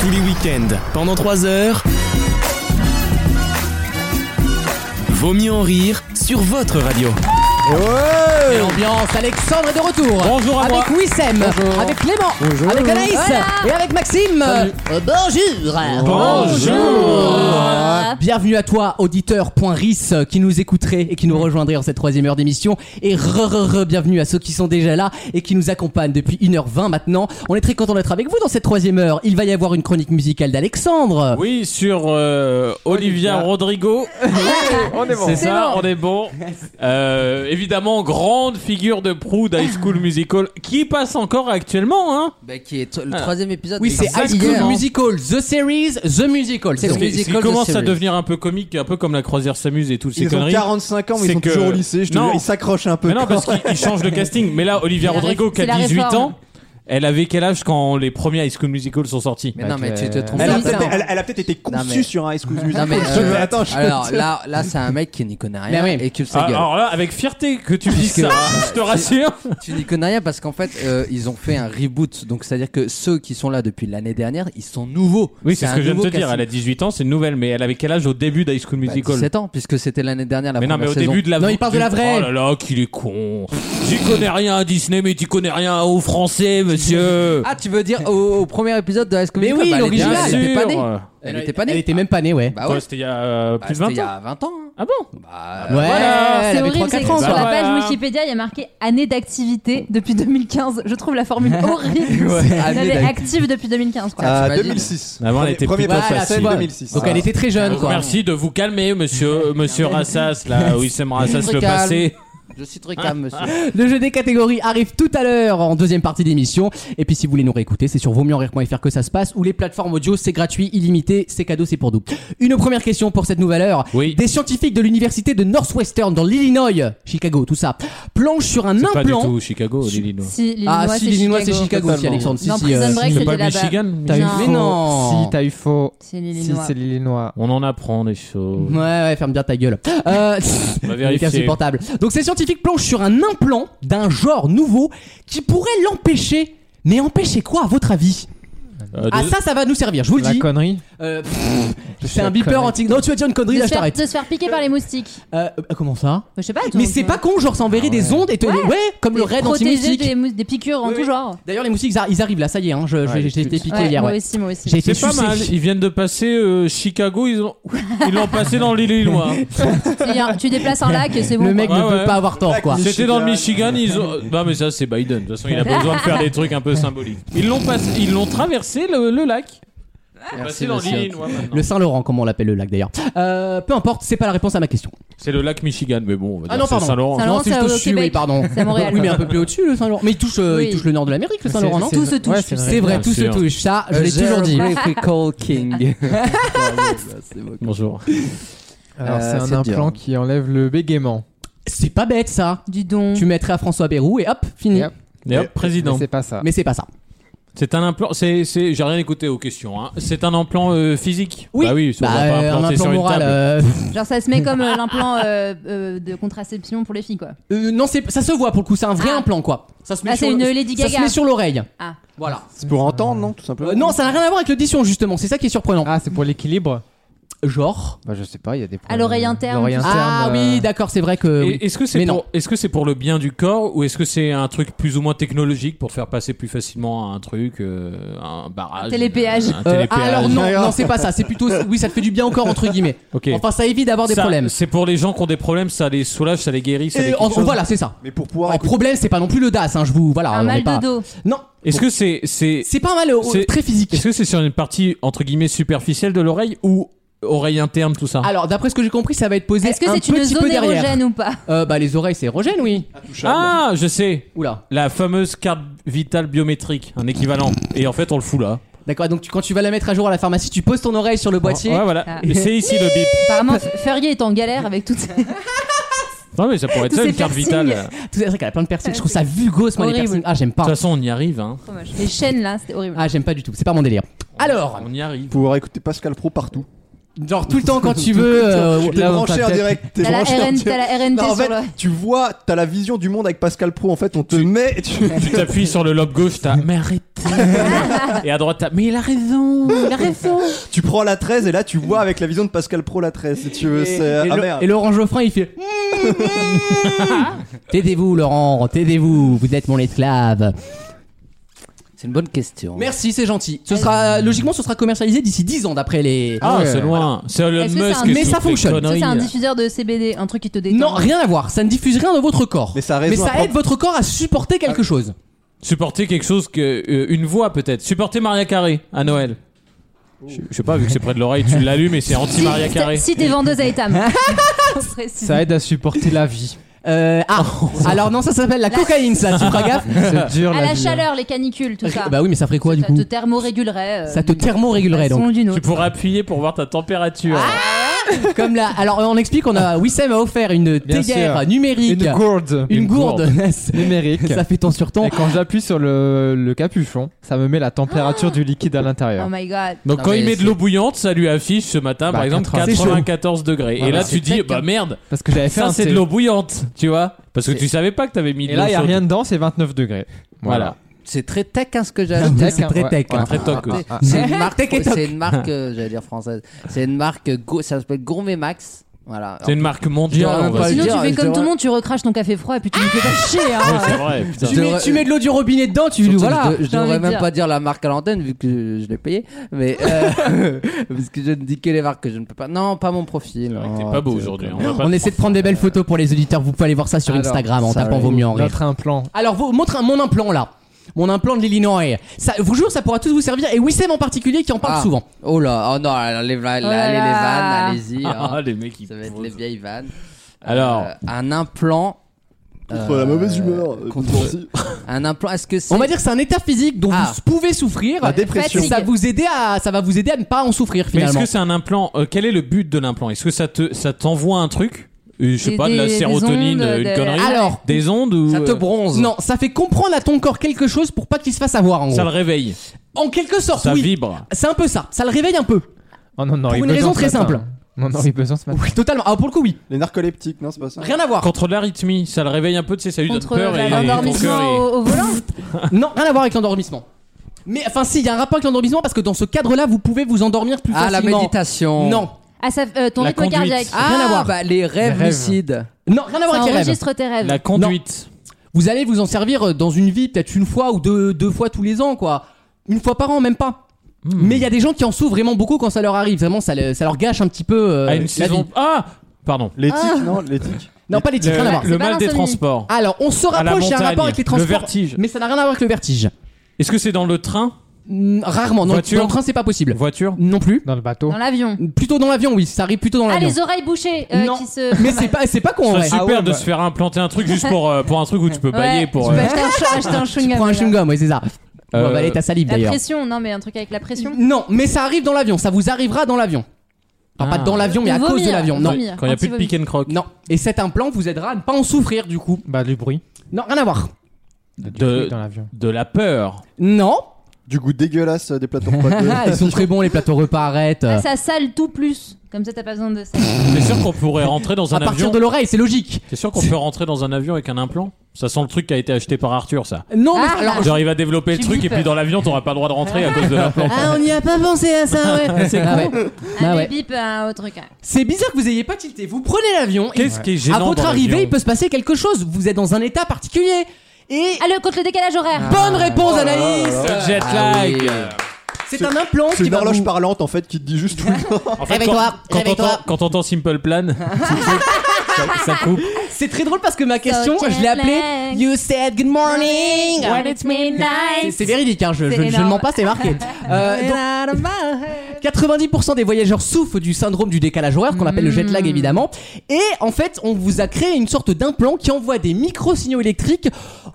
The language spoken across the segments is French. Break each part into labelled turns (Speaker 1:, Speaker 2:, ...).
Speaker 1: Tous les week-ends, pendant 3 heures. Vaut mieux en rire sur votre radio.
Speaker 2: Ouais
Speaker 3: Et L'ambiance, Alexandre est de retour.
Speaker 4: Bonjour à
Speaker 3: avec
Speaker 4: moi.
Speaker 3: Wissem,
Speaker 4: Bonjour.
Speaker 3: avec Clément,
Speaker 2: Bonjour.
Speaker 3: avec Anaïs et avec Maxime. Euh, bonjour. Bienvenue à toi, auditeur.ris, qui nous écouterait et qui
Speaker 4: Mm.
Speaker 3: nous rejoindrait en cette troisième heure d'émission. Et re, re, re, bienvenue à ceux qui sont déjà là et qui nous accompagnent depuis 1h20 maintenant. On est très content d'être avec vous dans cette troisième heure. Il va y avoir une chronique musicale d'Alexandre.
Speaker 4: Oui, sur euh, Olivia Rodrigo.
Speaker 2: On est
Speaker 4: C'est ça, on est bon. Euh, évidemment, grande figure de proue d'High School Musical qui passe encore actuellement. Hein
Speaker 5: Bah, qui est le troisième épisode.
Speaker 3: Oui,
Speaker 5: de-
Speaker 3: c'est High School Musical, The Series, The Musical. C'est
Speaker 5: The
Speaker 3: tout.
Speaker 4: Parce que
Speaker 5: Musical
Speaker 4: il commence
Speaker 5: The
Speaker 4: à
Speaker 5: Series.
Speaker 4: devenir un peu comique, un peu comme la croisière s'amuse et toutes ces
Speaker 2: Ils ont
Speaker 4: conneries.
Speaker 2: 45 ans, mais
Speaker 4: C'est
Speaker 2: ils sont
Speaker 4: que-
Speaker 2: toujours au lycée. Je te
Speaker 4: Non.
Speaker 2: jure, ils s'accrochent un peu.
Speaker 4: Mais non, parce
Speaker 2: quand-
Speaker 4: qu'il change de casting. Mais là, Olivia
Speaker 6: C'est la
Speaker 4: Rodrigo,
Speaker 6: ré-
Speaker 4: qui
Speaker 6: c'est
Speaker 4: a
Speaker 6: la
Speaker 4: 18
Speaker 6: réforme.
Speaker 4: ans, elle avait quel âge quand les premiers High School Musical sont sortis Ah,
Speaker 5: Mais non, mais tu te
Speaker 4: euh,
Speaker 5: trompes.
Speaker 2: Elle a
Speaker 5: Non,
Speaker 2: peut-être
Speaker 5: mais-
Speaker 2: elle- elle a peut-être été conçue
Speaker 5: Non, mais-
Speaker 2: sur un High School
Speaker 5: Non,
Speaker 2: Musical.
Speaker 5: mais,
Speaker 2: Je-
Speaker 5: euh,
Speaker 2: Attends, je-
Speaker 5: alors là, là c'est un mec qui n'y connaît rien
Speaker 3: Mais oui.
Speaker 5: et qui sa
Speaker 4: Ah,
Speaker 5: gueule.
Speaker 4: Alors là, avec fierté que tu dis ça,
Speaker 5: Puisque-
Speaker 4: hein, je te rassure.
Speaker 5: Tu n'y connais rien parce qu'en fait, euh, ils ont fait un reboot. Donc, c'est-à-dire que ceux qui sont là depuis l'année dernière, ils sont nouveaux.
Speaker 4: Oui, c'est ce
Speaker 5: un
Speaker 4: que je viens de te
Speaker 5: nouveau
Speaker 4: dire.
Speaker 5: casting.
Speaker 4: Elle a 18 ans, c'est une nouvelle, mais elle avait quel âge au début d'High School
Speaker 5: Bah,
Speaker 4: Musical
Speaker 5: 17 ans, puisque c'était l'année dernière la
Speaker 4: Mais non, mais
Speaker 5: première
Speaker 4: au
Speaker 5: saison.
Speaker 4: début de la
Speaker 3: Non, il parle de la vraie.
Speaker 4: Oh là là, qu'il est con. J'y connais rien à Disney, mais tu connais rien aux Français, monsieur.
Speaker 5: Ah, tu veux dire au, au premier épisode de High School
Speaker 3: Mais
Speaker 5: Musical
Speaker 3: oui,
Speaker 5: bah, elle était-
Speaker 3: l'original.
Speaker 5: Elle était pas née.
Speaker 4: Quoi,
Speaker 5: Elle était pas née.
Speaker 3: Elle était même pas née, Ah ouais.
Speaker 5: Bah ouais.
Speaker 4: Ah C'était il y a euh,
Speaker 5: Bah,
Speaker 4: plus de
Speaker 5: c'était
Speaker 4: 20
Speaker 5: il y
Speaker 4: ans.
Speaker 5: a 20 ans. hein.
Speaker 4: Ah bon
Speaker 5: Bah,
Speaker 3: Ouais,
Speaker 4: voilà,
Speaker 3: elle
Speaker 6: C'est
Speaker 3: avait
Speaker 6: horrible,
Speaker 3: 3-4
Speaker 6: c'est que
Speaker 3: ans,
Speaker 6: sur
Speaker 3: quoi.
Speaker 6: la
Speaker 4: Voilà.
Speaker 6: page Wikipédia, il y a marqué année d'activité depuis 2015. Je trouve la formule horrible. Elle
Speaker 5: Année
Speaker 6: est
Speaker 5: d'activité.
Speaker 6: active depuis 2015, quoi.
Speaker 2: Ah,
Speaker 5: t'imagines.
Speaker 2: 2006.
Speaker 4: Avant, elle était
Speaker 2: Premier
Speaker 4: plutôt
Speaker 2: premier
Speaker 4: facile.
Speaker 2: passage, 2006.
Speaker 3: Donc elle était très jeune,
Speaker 4: Donc,
Speaker 3: quoi.
Speaker 4: Merci de vous calmer, monsieur, monsieur Rassas, là, Wissem Rassas,
Speaker 5: Très
Speaker 4: le
Speaker 5: calme.
Speaker 4: passé.
Speaker 5: Je suis très calme, monsieur.
Speaker 3: Le jeu des catégories arrive tout à l'heure en deuxième partie d'émission. Et puis si vous voulez nous réécouter, c'est sur vaumieuxenrire.fr que ça se passe ou les plateformes audio, c'est gratuit, illimité, c'est cadeau, c'est pour nous. Une première question pour cette nouvelle heure.
Speaker 4: Oui.
Speaker 3: Des scientifiques de l'université de Northwestern dans l'Illinois, Chicago, tout ça, planchent sur un
Speaker 4: C'est pas du
Speaker 3: implant.
Speaker 4: tout Chicago, Lilino.
Speaker 6: Si, l'Illinois,
Speaker 3: Ah si l'Illinois c'est Chicago aussi
Speaker 2: Totalement.
Speaker 3: Alexandre. Si,
Speaker 6: Dans
Speaker 3: si,
Speaker 6: Prison
Speaker 3: euh,
Speaker 6: Break,
Speaker 4: C'est
Speaker 6: c'était
Speaker 4: pas le
Speaker 6: là-bas.
Speaker 4: Michigan
Speaker 3: T'as
Speaker 4: Michigan
Speaker 3: eu mais
Speaker 6: Non.
Speaker 3: non.
Speaker 2: Si, t'as eu faux.
Speaker 6: C'est
Speaker 2: Si,
Speaker 6: l'Illinois.
Speaker 2: c'est l'Illinois.
Speaker 4: On en apprend des choses.
Speaker 3: Ouais, ouais, ferme bien ta gueule. Euh,
Speaker 4: On
Speaker 3: Il
Speaker 4: va
Speaker 3: est
Speaker 4: vérifier.
Speaker 3: insupportable. Donc ces scientifiques planchent sur un implant d'un genre nouveau qui pourrait l'empêcher. Mais empêcher quoi à votre avis
Speaker 4: Euh,
Speaker 3: Ah
Speaker 4: de-
Speaker 3: ça, ça va nous servir, je vous le
Speaker 2: La
Speaker 3: dis.
Speaker 2: connerie
Speaker 3: Euh, pff, c'est un beeper anti... Non, tu vas dire une connerie,
Speaker 6: de,
Speaker 3: là
Speaker 6: se
Speaker 3: je
Speaker 6: faire,
Speaker 3: t'arrête.
Speaker 6: de se faire piquer par les moustiques.
Speaker 3: Euh, euh, comment ça
Speaker 6: Je sais pas.
Speaker 3: Mais c'est pas con, genre ça enverrait
Speaker 4: Ah
Speaker 3: des ondes et te... Ouais, comme le raid
Speaker 6: Protéger
Speaker 3: anti-moustique.
Speaker 6: des, mous- des piqûres en
Speaker 3: Oui,
Speaker 6: tout
Speaker 3: oui.
Speaker 6: genre.
Speaker 3: D'ailleurs les moustiques, ils arri- ils arrivent là, ça y est, hein, je- je-
Speaker 4: Ouais,
Speaker 3: j'ai été
Speaker 4: tu-
Speaker 3: piqué hier.
Speaker 6: Moi
Speaker 3: ouais.
Speaker 6: aussi, moi aussi.
Speaker 3: J'ai été
Speaker 4: C'est pas
Speaker 3: sucé.
Speaker 4: mal. Ils viennent de passer euh, Chicago. Ils ont, ils l'ont passé dans l'Illinois.
Speaker 6: C'est bien, tu déplaces un lac et c'est bon.
Speaker 3: Le mec
Speaker 6: quoi.
Speaker 4: Ouais,
Speaker 3: ne peut
Speaker 4: ouais.
Speaker 3: pas avoir tort quoi.
Speaker 4: C'était
Speaker 2: Michigan.
Speaker 4: dans le Michigan, ils ont. Non, mais ça, c'est Biden. De toute façon, il a besoin de faire des trucs un peu symboliques. Ils l'ont passé, ils l'ont traversé le, le lac. Passé dans
Speaker 5: monsieur.
Speaker 4: l'Illinois maintenant.
Speaker 3: Le Saint-Laurent, comme on l'appelle le lac d'ailleurs. Euh, peu importe, c'est pas la réponse à ma question.
Speaker 4: C'est le lac Michigan, mais bon, on va
Speaker 3: Ah
Speaker 4: dire
Speaker 3: non,
Speaker 4: c'est
Speaker 3: pardon.
Speaker 4: Saint-Laurent.
Speaker 6: Saint-Laurent,
Speaker 3: Non, c'est
Speaker 6: c'est euh,
Speaker 3: juste
Speaker 6: au
Speaker 3: au-dessus,
Speaker 6: Québec.
Speaker 3: oui, pardon.
Speaker 6: C'est à Montréal.
Speaker 3: Oui, mais un peu plus au-dessus le Saint-Laurent. Mais il touche, euh,
Speaker 6: Oui.
Speaker 3: il touche le nord de l'Amérique le Saint-Laurent, non
Speaker 6: Tout se touche.
Speaker 5: Ouais,
Speaker 3: C'est
Speaker 5: une
Speaker 3: vrai,
Speaker 4: Bien
Speaker 3: tout se
Speaker 4: sûr.
Speaker 3: touche. Ça,
Speaker 6: Euh,
Speaker 3: je l'ai
Speaker 5: The
Speaker 3: toujours dit.
Speaker 5: Miracle King.
Speaker 4: Bonjour.
Speaker 7: Alors,
Speaker 5: Euh,
Speaker 7: Ah, c'est un
Speaker 5: c'est dur.
Speaker 7: implant qui enlève le bégaiement.
Speaker 3: C'est pas bête ça.
Speaker 6: Du don.
Speaker 3: Tu mettrais à François Bérou et hop, fini.
Speaker 7: Yep.
Speaker 4: Et hop,
Speaker 7: Mais
Speaker 4: président.
Speaker 7: c'est pas ça.
Speaker 3: Mais c'est pas ça.
Speaker 4: C'est un implant. C'est, c'est- J'ai rien écouté aux questions. hein. C'est un implant euh, physique.
Speaker 3: Oui.
Speaker 4: Bah oui, si on
Speaker 3: Bah,
Speaker 4: va pas
Speaker 3: euh, un
Speaker 4: implanter sur
Speaker 3: implant
Speaker 4: une
Speaker 3: moral.
Speaker 4: table.
Speaker 3: euh,
Speaker 6: Genre ça se met comme euh, l'implant euh, euh, de contraception pour les filles quoi.
Speaker 3: euh, non, c'est ça se voit pour le coup. C'est un vrai
Speaker 6: Ah.
Speaker 3: implant quoi. Ça se met
Speaker 6: Ah,
Speaker 3: sur
Speaker 6: c'est une
Speaker 3: le-
Speaker 6: Lady
Speaker 3: ça se
Speaker 6: Gaga.
Speaker 3: met sur l'oreille.
Speaker 6: Ah.
Speaker 3: Voilà.
Speaker 2: C'est pour entendre, non Tout simplement.
Speaker 3: Euh, non, ça n'a rien à voir avec l'audition justement. C'est ça qui est surprenant.
Speaker 7: Ah, c'est pour l'équilibre
Speaker 3: Genre.
Speaker 7: Bah, je sais pas, il y a des
Speaker 6: problèmes. l'oreille interne,
Speaker 7: L'oreille
Speaker 6: tu sais.
Speaker 7: interne.
Speaker 3: Ah
Speaker 7: euh,
Speaker 3: oui, d'accord, c'est vrai que. oui.
Speaker 4: Et Est-ce que c'est
Speaker 3: Mais non.
Speaker 4: pour, est-ce que c'est pour le bien du corps ou est-ce que c'est un truc plus ou moins technologique pour faire passer plus facilement un truc, euh, un barrage,
Speaker 6: Un télépéage.
Speaker 4: euh, un
Speaker 3: Euh,
Speaker 4: télépéage.
Speaker 3: alors non, non, c'est pas ça. C'est plutôt oui, ça te fait du bien encore entre guillemets.
Speaker 4: Ok.
Speaker 3: Enfin, ça évite d'avoir des
Speaker 4: Ça,
Speaker 3: problèmes.
Speaker 4: C'est pour les gens qui ont des problèmes, ça les soulage, ça les guérit. ça les
Speaker 3: Et
Speaker 4: quelque
Speaker 3: en-
Speaker 4: chose.
Speaker 3: voilà, c'est ça.
Speaker 2: Mais pour
Speaker 3: En
Speaker 2: pouvoir écouter.
Speaker 3: problème, c'est pas non plus le DAS, hein, je vous. Voilà,
Speaker 6: Un
Speaker 3: on
Speaker 6: mal
Speaker 3: est pas...
Speaker 6: de dos.
Speaker 3: Non,
Speaker 4: Est-ce que c'est c'est
Speaker 3: c'est pas un mal euh,
Speaker 4: C'est-
Speaker 3: très physique.
Speaker 4: est-ce que c'est sur une partie entre guillemets superficielle de l'oreille ou oreille interne tout ça
Speaker 3: Alors, d'après ce que j'ai compris, ça va être posé
Speaker 6: Est-ce que
Speaker 3: un
Speaker 6: c'est une
Speaker 3: petit peu
Speaker 6: zone
Speaker 3: derrière.
Speaker 6: érogène ou pas
Speaker 3: Euh, bah, les oreilles, c'est érogène, oui.
Speaker 4: Ah, je sais.
Speaker 3: Oula.
Speaker 4: La fameuse carte vitale biométrique, un équivalent. Et en fait, on le fout là.
Speaker 3: D'accord, donc tu- quand tu vas la mettre à jour à la pharmacie, tu poses ton oreille sur le boîtier.
Speaker 4: Ouais, voilà.
Speaker 6: Ah.
Speaker 4: Et C'est ici le bip.
Speaker 6: Apparemment F- Ferrier est en galère avec toutes ces...
Speaker 4: Non mais ça pourrait être
Speaker 6: Tous
Speaker 4: ça
Speaker 6: ces
Speaker 4: une carte
Speaker 6: piercings.
Speaker 4: vitale. De
Speaker 3: Tout ça, C'est vrai qu'elle a plein de personnes. Je trouve ça vulgose, moi, les
Speaker 6: Horrible.
Speaker 3: personnes. Ah, j'aime
Speaker 4: toute
Speaker 3: pas.
Speaker 4: façon, on y arrive. Hein.
Speaker 6: les chaînes là, c'était horrible.
Speaker 3: Ah, j'aime pas du tout. C'est pas mon délire. Alors,
Speaker 4: on y arrive.
Speaker 2: Pouvoir écouter Pascal Pro partout.
Speaker 3: genre tout le temps quand tu veux. euh,
Speaker 2: T'es
Speaker 3: là, dans ta
Speaker 2: branché en
Speaker 3: tête.
Speaker 2: direct. t'es
Speaker 6: T'as la
Speaker 2: branché en
Speaker 6: RN
Speaker 2: direct.
Speaker 6: t'as la RNT
Speaker 2: Non, en
Speaker 6: sur
Speaker 2: fait,
Speaker 6: le.
Speaker 2: tu vois, t'as la vision du monde avec Pascal Pro. En fait, on te met. et tu-
Speaker 4: Tu t'appuies sur le lobe gauche, t'as. Mais arrête. Et à droite, t'as. Mais il a raison Il a raison
Speaker 2: Tu prends la 13 et là tu vois avec la vision de Pascal Pro la 13, si tu veux.
Speaker 3: Et,
Speaker 2: C'est.
Speaker 3: et
Speaker 2: Ah
Speaker 3: le-
Speaker 2: merde.
Speaker 3: et Laurent Geoffrin, il fait. taisez-vous, Laurent, taisez-vous, vous êtes mon esclave.
Speaker 5: C'est une bonne question.
Speaker 3: Merci, c'est gentil. Ce sera, logiquement, ce sera commercialisé d'ici 10 ans d'après les.
Speaker 4: Ah,
Speaker 7: ouais.
Speaker 4: c'est loin C'est le
Speaker 6: Est-ce que c'est
Speaker 4: Musk
Speaker 6: un-
Speaker 4: qui
Speaker 3: Mais ça
Speaker 4: souffle les
Speaker 3: fonctionne.
Speaker 6: Ça,
Speaker 4: conneries.
Speaker 6: c'est un diffuseur de CBD, un truc qui te détend.
Speaker 3: Non, rien à voir, ça ne diffuse rien dans votre corps.
Speaker 2: Mais ça a raison à
Speaker 3: aide
Speaker 2: prendre-
Speaker 3: votre corps à supporter quelque chose.
Speaker 4: Supporter quelque chose que. euh, une voix peut-être. Supporter Maria Carré à Noël. Je je sais pas, vu que c'est près de l'oreille, tu l'allumes et c'est
Speaker 6: Si,
Speaker 4: anti-Maria Carré.
Speaker 6: si t'es vendeuse à Etam.
Speaker 7: Ça aide à supporter la vie.
Speaker 3: Euh, ah, alors non, ça s'appelle la cocaïne, ça, tu feras gaffe.
Speaker 7: C'est dur
Speaker 6: À
Speaker 7: la,
Speaker 6: la
Speaker 7: vie.
Speaker 6: chaleur, les canicules, tout ça.
Speaker 3: Bah oui, mais ça ferait quoi du
Speaker 6: ça te
Speaker 3: coup
Speaker 6: thermorégulerait. euh,
Speaker 3: Ça te
Speaker 6: d'une
Speaker 3: thermorégulerait
Speaker 6: façon
Speaker 3: donc.
Speaker 6: ou d'une
Speaker 4: Tu
Speaker 6: autre.
Speaker 4: pourras appuyer pour voir ta température.
Speaker 6: Ah.
Speaker 3: Comme là, alors on explique, on a Wissem a offert une
Speaker 7: Bien
Speaker 3: théière
Speaker 7: sûr.
Speaker 3: numérique,
Speaker 7: Une gourde
Speaker 3: Une
Speaker 4: Une
Speaker 3: gourde.
Speaker 4: gourde.
Speaker 7: numérique.
Speaker 3: ça fait ton sur ton.
Speaker 7: Et quand j'appuie sur le, le capuchon, ça me met la température du liquide
Speaker 3: Ah,
Speaker 7: à l'intérieur.
Speaker 6: Oh my god.
Speaker 4: Donc
Speaker 5: Non,
Speaker 4: quand il
Speaker 5: mais
Speaker 4: met de
Speaker 5: c'est-
Speaker 4: l'eau bouillante, ça lui affiche ce matin
Speaker 7: Bah,
Speaker 4: par exemple
Speaker 7: 80.
Speaker 3: C'est chaud.
Speaker 4: 94 degrés.
Speaker 7: Ouais,
Speaker 4: et là
Speaker 7: bah,
Speaker 4: tu
Speaker 7: c'est
Speaker 4: dis
Speaker 7: sec,
Speaker 4: bah
Speaker 7: hein.
Speaker 4: merde,
Speaker 7: Parce que j'avais fait
Speaker 4: ça
Speaker 7: un
Speaker 4: c'est de
Speaker 7: test.
Speaker 4: l'eau bouillante, tu vois Parce que
Speaker 5: C'est-
Speaker 4: tu savais pas que t'avais mis de
Speaker 7: Et
Speaker 4: l'eau
Speaker 7: là, il n'y a
Speaker 4: chaude.
Speaker 7: rien dedans, c'est 29 degrés.
Speaker 4: Voilà.
Speaker 7: Voilà.
Speaker 5: C'est très tech hein, ce que j'ai
Speaker 7: Tech,
Speaker 5: acheté.
Speaker 3: C'est
Speaker 7: hein,
Speaker 3: très
Speaker 7: ouais,
Speaker 3: tech,
Speaker 7: ouais.
Speaker 3: hein.
Speaker 4: Très toc. quoi.
Speaker 5: C'est une
Speaker 3: Ah.
Speaker 5: marque,
Speaker 3: Tech et toc.
Speaker 5: c'est une marque, euh, j'allais dire française. C'est une marque, go- ça s'appelle Gourmet Max. Voilà.
Speaker 4: C'est une marque
Speaker 5: Je
Speaker 4: mondiale.
Speaker 5: dois
Speaker 4: on va
Speaker 5: pas
Speaker 4: se
Speaker 5: le
Speaker 6: Sinon,
Speaker 4: dire.
Speaker 5: dire.
Speaker 6: tu fais
Speaker 5: je
Speaker 6: comme tout
Speaker 5: devrais-
Speaker 6: le monde, tu recraches ton café froid et puis tu me fais pas chier. hein.
Speaker 4: Ouais, c'est vrai. putain.
Speaker 5: Je
Speaker 3: Tu mets,
Speaker 5: devrais-
Speaker 3: tu mets de l'eau du robinet dedans, tu
Speaker 5: Surtout,
Speaker 3: voilà.
Speaker 5: je, de- je
Speaker 6: j'ai envie
Speaker 5: devrais
Speaker 6: de
Speaker 5: même
Speaker 6: dire.
Speaker 5: pas dire la marque à l'antenne vu que je l'ai payé, mais euh, parce que je ne dis que les marques que je ne peux pas. Non, pas mon profil.
Speaker 4: vrai que
Speaker 5: non,
Speaker 4: t'es pas beau
Speaker 5: c'est-
Speaker 4: aujourd'hui, hein.
Speaker 5: c'est-
Speaker 4: on va pas-
Speaker 3: On essaie de prendre des belles photos pour les auditeurs. Vous pouvez aller voir ça sur
Speaker 7: Alors,
Speaker 3: Instagram en
Speaker 5: ça,
Speaker 3: tapant
Speaker 5: oui.
Speaker 3: vos mieux en rire.
Speaker 7: Notre implant.
Speaker 3: Alors, vous, montre un- mon implant là. Mon implant de l'Illinois. Ça, vous jure, ça pourra tous vous servir. Et Wissem en particulier qui en parle
Speaker 5: Ah.
Speaker 3: souvent.
Speaker 5: Oh là, oh non, alors les, vannes,
Speaker 6: Oh là
Speaker 5: allez, les
Speaker 6: là.
Speaker 5: vannes, allez-y. hein.
Speaker 4: Ah, les mecs, ils
Speaker 5: ça va être
Speaker 4: posent.
Speaker 5: les vieilles vannes.
Speaker 4: Alors,
Speaker 5: Euh, un implant.
Speaker 2: Contre
Speaker 5: euh,
Speaker 2: la mauvaise humeur. euh,
Speaker 5: contre-
Speaker 2: merci.
Speaker 5: un implant, est-ce que c'est.
Speaker 3: On va dire que c'est un état physique dont
Speaker 5: Ah.
Speaker 3: vous pouvez souffrir.
Speaker 2: La dépression.
Speaker 3: Ça vous aider à, ça va vous aider à ne pas en souffrir
Speaker 4: mais est-ce
Speaker 3: finalement.
Speaker 4: que c'est un implant euh, Quel est le but de l'implant Est-ce que ça te, ça t'envoie un truc Euh, Je sais
Speaker 6: Des-
Speaker 4: pas, de la
Speaker 6: des- des
Speaker 4: sérotonine,
Speaker 6: ondes,
Speaker 4: euh, une
Speaker 6: des-
Speaker 4: connerie
Speaker 3: Alors.
Speaker 4: des ondes ou
Speaker 5: Ça te
Speaker 4: euh,
Speaker 5: bronze.
Speaker 3: Non, ça fait comprendre à ton corps quelque chose pour pas qu'il se fasse avoir en gros.
Speaker 4: ça le réveille,
Speaker 3: En quelque sorte,
Speaker 4: ça
Speaker 3: Ah, oui.
Speaker 4: vibre.
Speaker 3: C'est un peu ça. Ça le réveille un peu.
Speaker 7: Oh non, non,
Speaker 3: Pour
Speaker 7: il
Speaker 3: une
Speaker 7: besoin
Speaker 3: raison
Speaker 7: ce
Speaker 3: très
Speaker 7: matin.
Speaker 3: simple.
Speaker 7: Non, non, il besoin ce matin.
Speaker 3: Oui, totalement. Ah, pour le coup, oui.
Speaker 2: Les narcoleptiques, non, c'est pas ça.
Speaker 3: Rien à voir.
Speaker 4: Contre l'arythmie, ça le réveille un peu, tu sais, ça lui donne
Speaker 6: Contre
Speaker 4: peur et, et ton cœur
Speaker 6: l'endormissement
Speaker 4: est-
Speaker 6: au, au volant.
Speaker 3: Non, rien à voir avec l'endormissement. Mais enfin, si, il y a un rapport avec l'endormissement parce que dans ce cadre-là, vous pouvez vous endormir plus
Speaker 5: Ah, la
Speaker 3: facilement.
Speaker 5: méditation.
Speaker 3: Non,
Speaker 6: Ah, ça, euh, ton
Speaker 4: La
Speaker 6: rythme
Speaker 4: conduite.
Speaker 6: cardiaque.
Speaker 5: Ah,
Speaker 3: Rien à voir.
Speaker 5: bah, les rêves
Speaker 7: Les rêves.
Speaker 5: lucides.
Speaker 3: non, rien à voir
Speaker 6: ça
Speaker 3: avec les rêves.
Speaker 6: enregistre tes rêves.
Speaker 4: la conduite.
Speaker 3: Vous allez vous en servir euh, dans une vie, peut-être une fois ou deux, deux fois tous les ans, quoi. Une fois par an, même pas.
Speaker 5: Hmm.
Speaker 3: Mais il y a des gens qui en souffrent vraiment beaucoup quand ça leur arrive. Vraiment, ça, le- ça leur gâche un petit peu euh,
Speaker 4: à une
Speaker 3: la
Speaker 4: saison.
Speaker 3: vie.
Speaker 4: Ah Pardon.
Speaker 2: Les tics, non Les tics.
Speaker 3: Non, pas les titres, rien à voir.
Speaker 4: Le, le
Speaker 6: C'est pas
Speaker 4: mal des
Speaker 6: l'insomnie. Ah.
Speaker 4: transports.
Speaker 3: Alors, on se
Speaker 4: À la
Speaker 3: rapproche, il y a un
Speaker 4: montagne,
Speaker 3: rapport avec les
Speaker 4: le
Speaker 3: transports.
Speaker 4: vertige.
Speaker 3: Mais ça n'a rien à voir avec le vertige.
Speaker 4: Est-ce que c'est dans le train
Speaker 3: Mm, Rarement. Dans, le-
Speaker 4: Voiture.
Speaker 3: dans le train, c'est pas possible.
Speaker 4: Voiture
Speaker 3: Non plus.
Speaker 7: Dans le bateau.
Speaker 6: Dans l'avion.
Speaker 3: Plutôt dans l'avion, oui. Ça arrive plutôt dans
Speaker 6: Ah,
Speaker 3: l'avion.
Speaker 6: les oreilles bouchées euh,
Speaker 3: Non.
Speaker 6: qui se.
Speaker 3: Mais c'est pas, c'est pas con, en vrai.
Speaker 4: C'est
Speaker 3: Ah
Speaker 4: super
Speaker 7: ouais,
Speaker 4: de
Speaker 7: bah.
Speaker 4: se faire implanter un truc juste pour, euh, pour un truc où tu peux bailler
Speaker 6: Ouais,
Speaker 4: pour.
Speaker 6: tu peux
Speaker 4: euh,
Speaker 6: acheter un chou- acheter un chewing-gum.
Speaker 3: Tu prends un
Speaker 6: déjà.
Speaker 3: chewing-gum, oui, c'est ça.
Speaker 4: Euh,
Speaker 3: On va balayer ta salive
Speaker 6: La
Speaker 3: d'ailleurs. Euh.
Speaker 6: pression, non, mais un truc avec la pression.
Speaker 3: Non, mais ça arrive dans l'avion, ça vous arrivera dans l'avion. Enfin,
Speaker 4: Ah.
Speaker 3: pas dans l'avion, mais à
Speaker 6: Vomir,
Speaker 3: cause de l'avion. Non.
Speaker 6: vomir.
Speaker 4: Quand il n'y a plus de
Speaker 6: Anti-vomi.
Speaker 4: pick and croc.
Speaker 3: Non. Et cet implant vous aidera à ne pas en souffrir du coup.
Speaker 7: Bah, du bruit.
Speaker 3: Non, rien à voir.
Speaker 7: Du
Speaker 4: De-
Speaker 7: bruit dans l'avion.
Speaker 4: De la peur.
Speaker 3: Non.
Speaker 2: Du goût dégueulasse euh, des plateaux froides.
Speaker 3: Ah, ils sont très bons les plateaux repas, arrête.
Speaker 6: Ah,
Speaker 3: À
Speaker 6: ça sale tout plus. Comme ça, t'as pas besoin de ça.
Speaker 4: T'es sûr qu'on pourrait rentrer dans un
Speaker 3: partir
Speaker 4: avion
Speaker 3: de l'oreille, c'est logique.
Speaker 4: T'es sûr qu'on peut rentrer dans un avion avec un implant Ça sent le truc qui a été acheté par Arthur, ça.
Speaker 3: Non, mais
Speaker 6: Ah.
Speaker 3: alors.
Speaker 4: Genre, il va développer le
Speaker 6: J'ai
Speaker 4: truc
Speaker 6: eu
Speaker 4: et puis
Speaker 6: peur.
Speaker 4: dans l'avion, t'auras pas le droit de rentrer à cause de l'implant.
Speaker 3: Ah, on n'y a pas pensé à ça, ouais. C'est Ah ouais.
Speaker 6: Un
Speaker 3: Ah ouais.
Speaker 6: ouais. bip, un autre truc. hein.
Speaker 3: C'est bizarre que vous ayez pas tilté. Vous prenez l'avion et
Speaker 4: Qu'est-ce qui est
Speaker 3: à
Speaker 4: gênant
Speaker 3: votre
Speaker 4: dans
Speaker 3: arrivée,
Speaker 4: l'avion
Speaker 3: il peut se passer quelque chose. Vous êtes dans un état particulier. Et
Speaker 6: Ah, le, contre le décalage horaire.
Speaker 3: bonne réponse,
Speaker 4: Oh
Speaker 3: Anaïs.
Speaker 4: Le jet
Speaker 5: Ah
Speaker 4: lag
Speaker 5: oui.
Speaker 3: C'est un implant
Speaker 2: C'est
Speaker 3: qui
Speaker 2: une
Speaker 3: va
Speaker 2: horloge
Speaker 3: vous-
Speaker 2: parlante en fait qui te dit juste tout le temps.
Speaker 4: En fait,
Speaker 3: Réveille-toi,
Speaker 4: quand- quand
Speaker 3: réveille-toi.
Speaker 4: t'entends- Quand t'entends Simple Plan, ça, ça coupe.
Speaker 3: C'est très drôle parce que ma question,
Speaker 6: So
Speaker 3: je l'ai appelée
Speaker 6: jet-lag.
Speaker 3: You said good morning.
Speaker 6: When it's midnight.
Speaker 3: C'est- C'est véridique, hein, je,
Speaker 6: C'est
Speaker 3: je- je
Speaker 6: énorme.
Speaker 3: ne mens pas, c'est marqué. Euh, donc, 90% des voyageurs souffrent du syndrome du décalage horaire, qu'on appelle le jet
Speaker 6: Mm.
Speaker 3: lag évidemment. Et en fait, on vous a créé une sorte d'implant qui envoie des micro-signaux électriques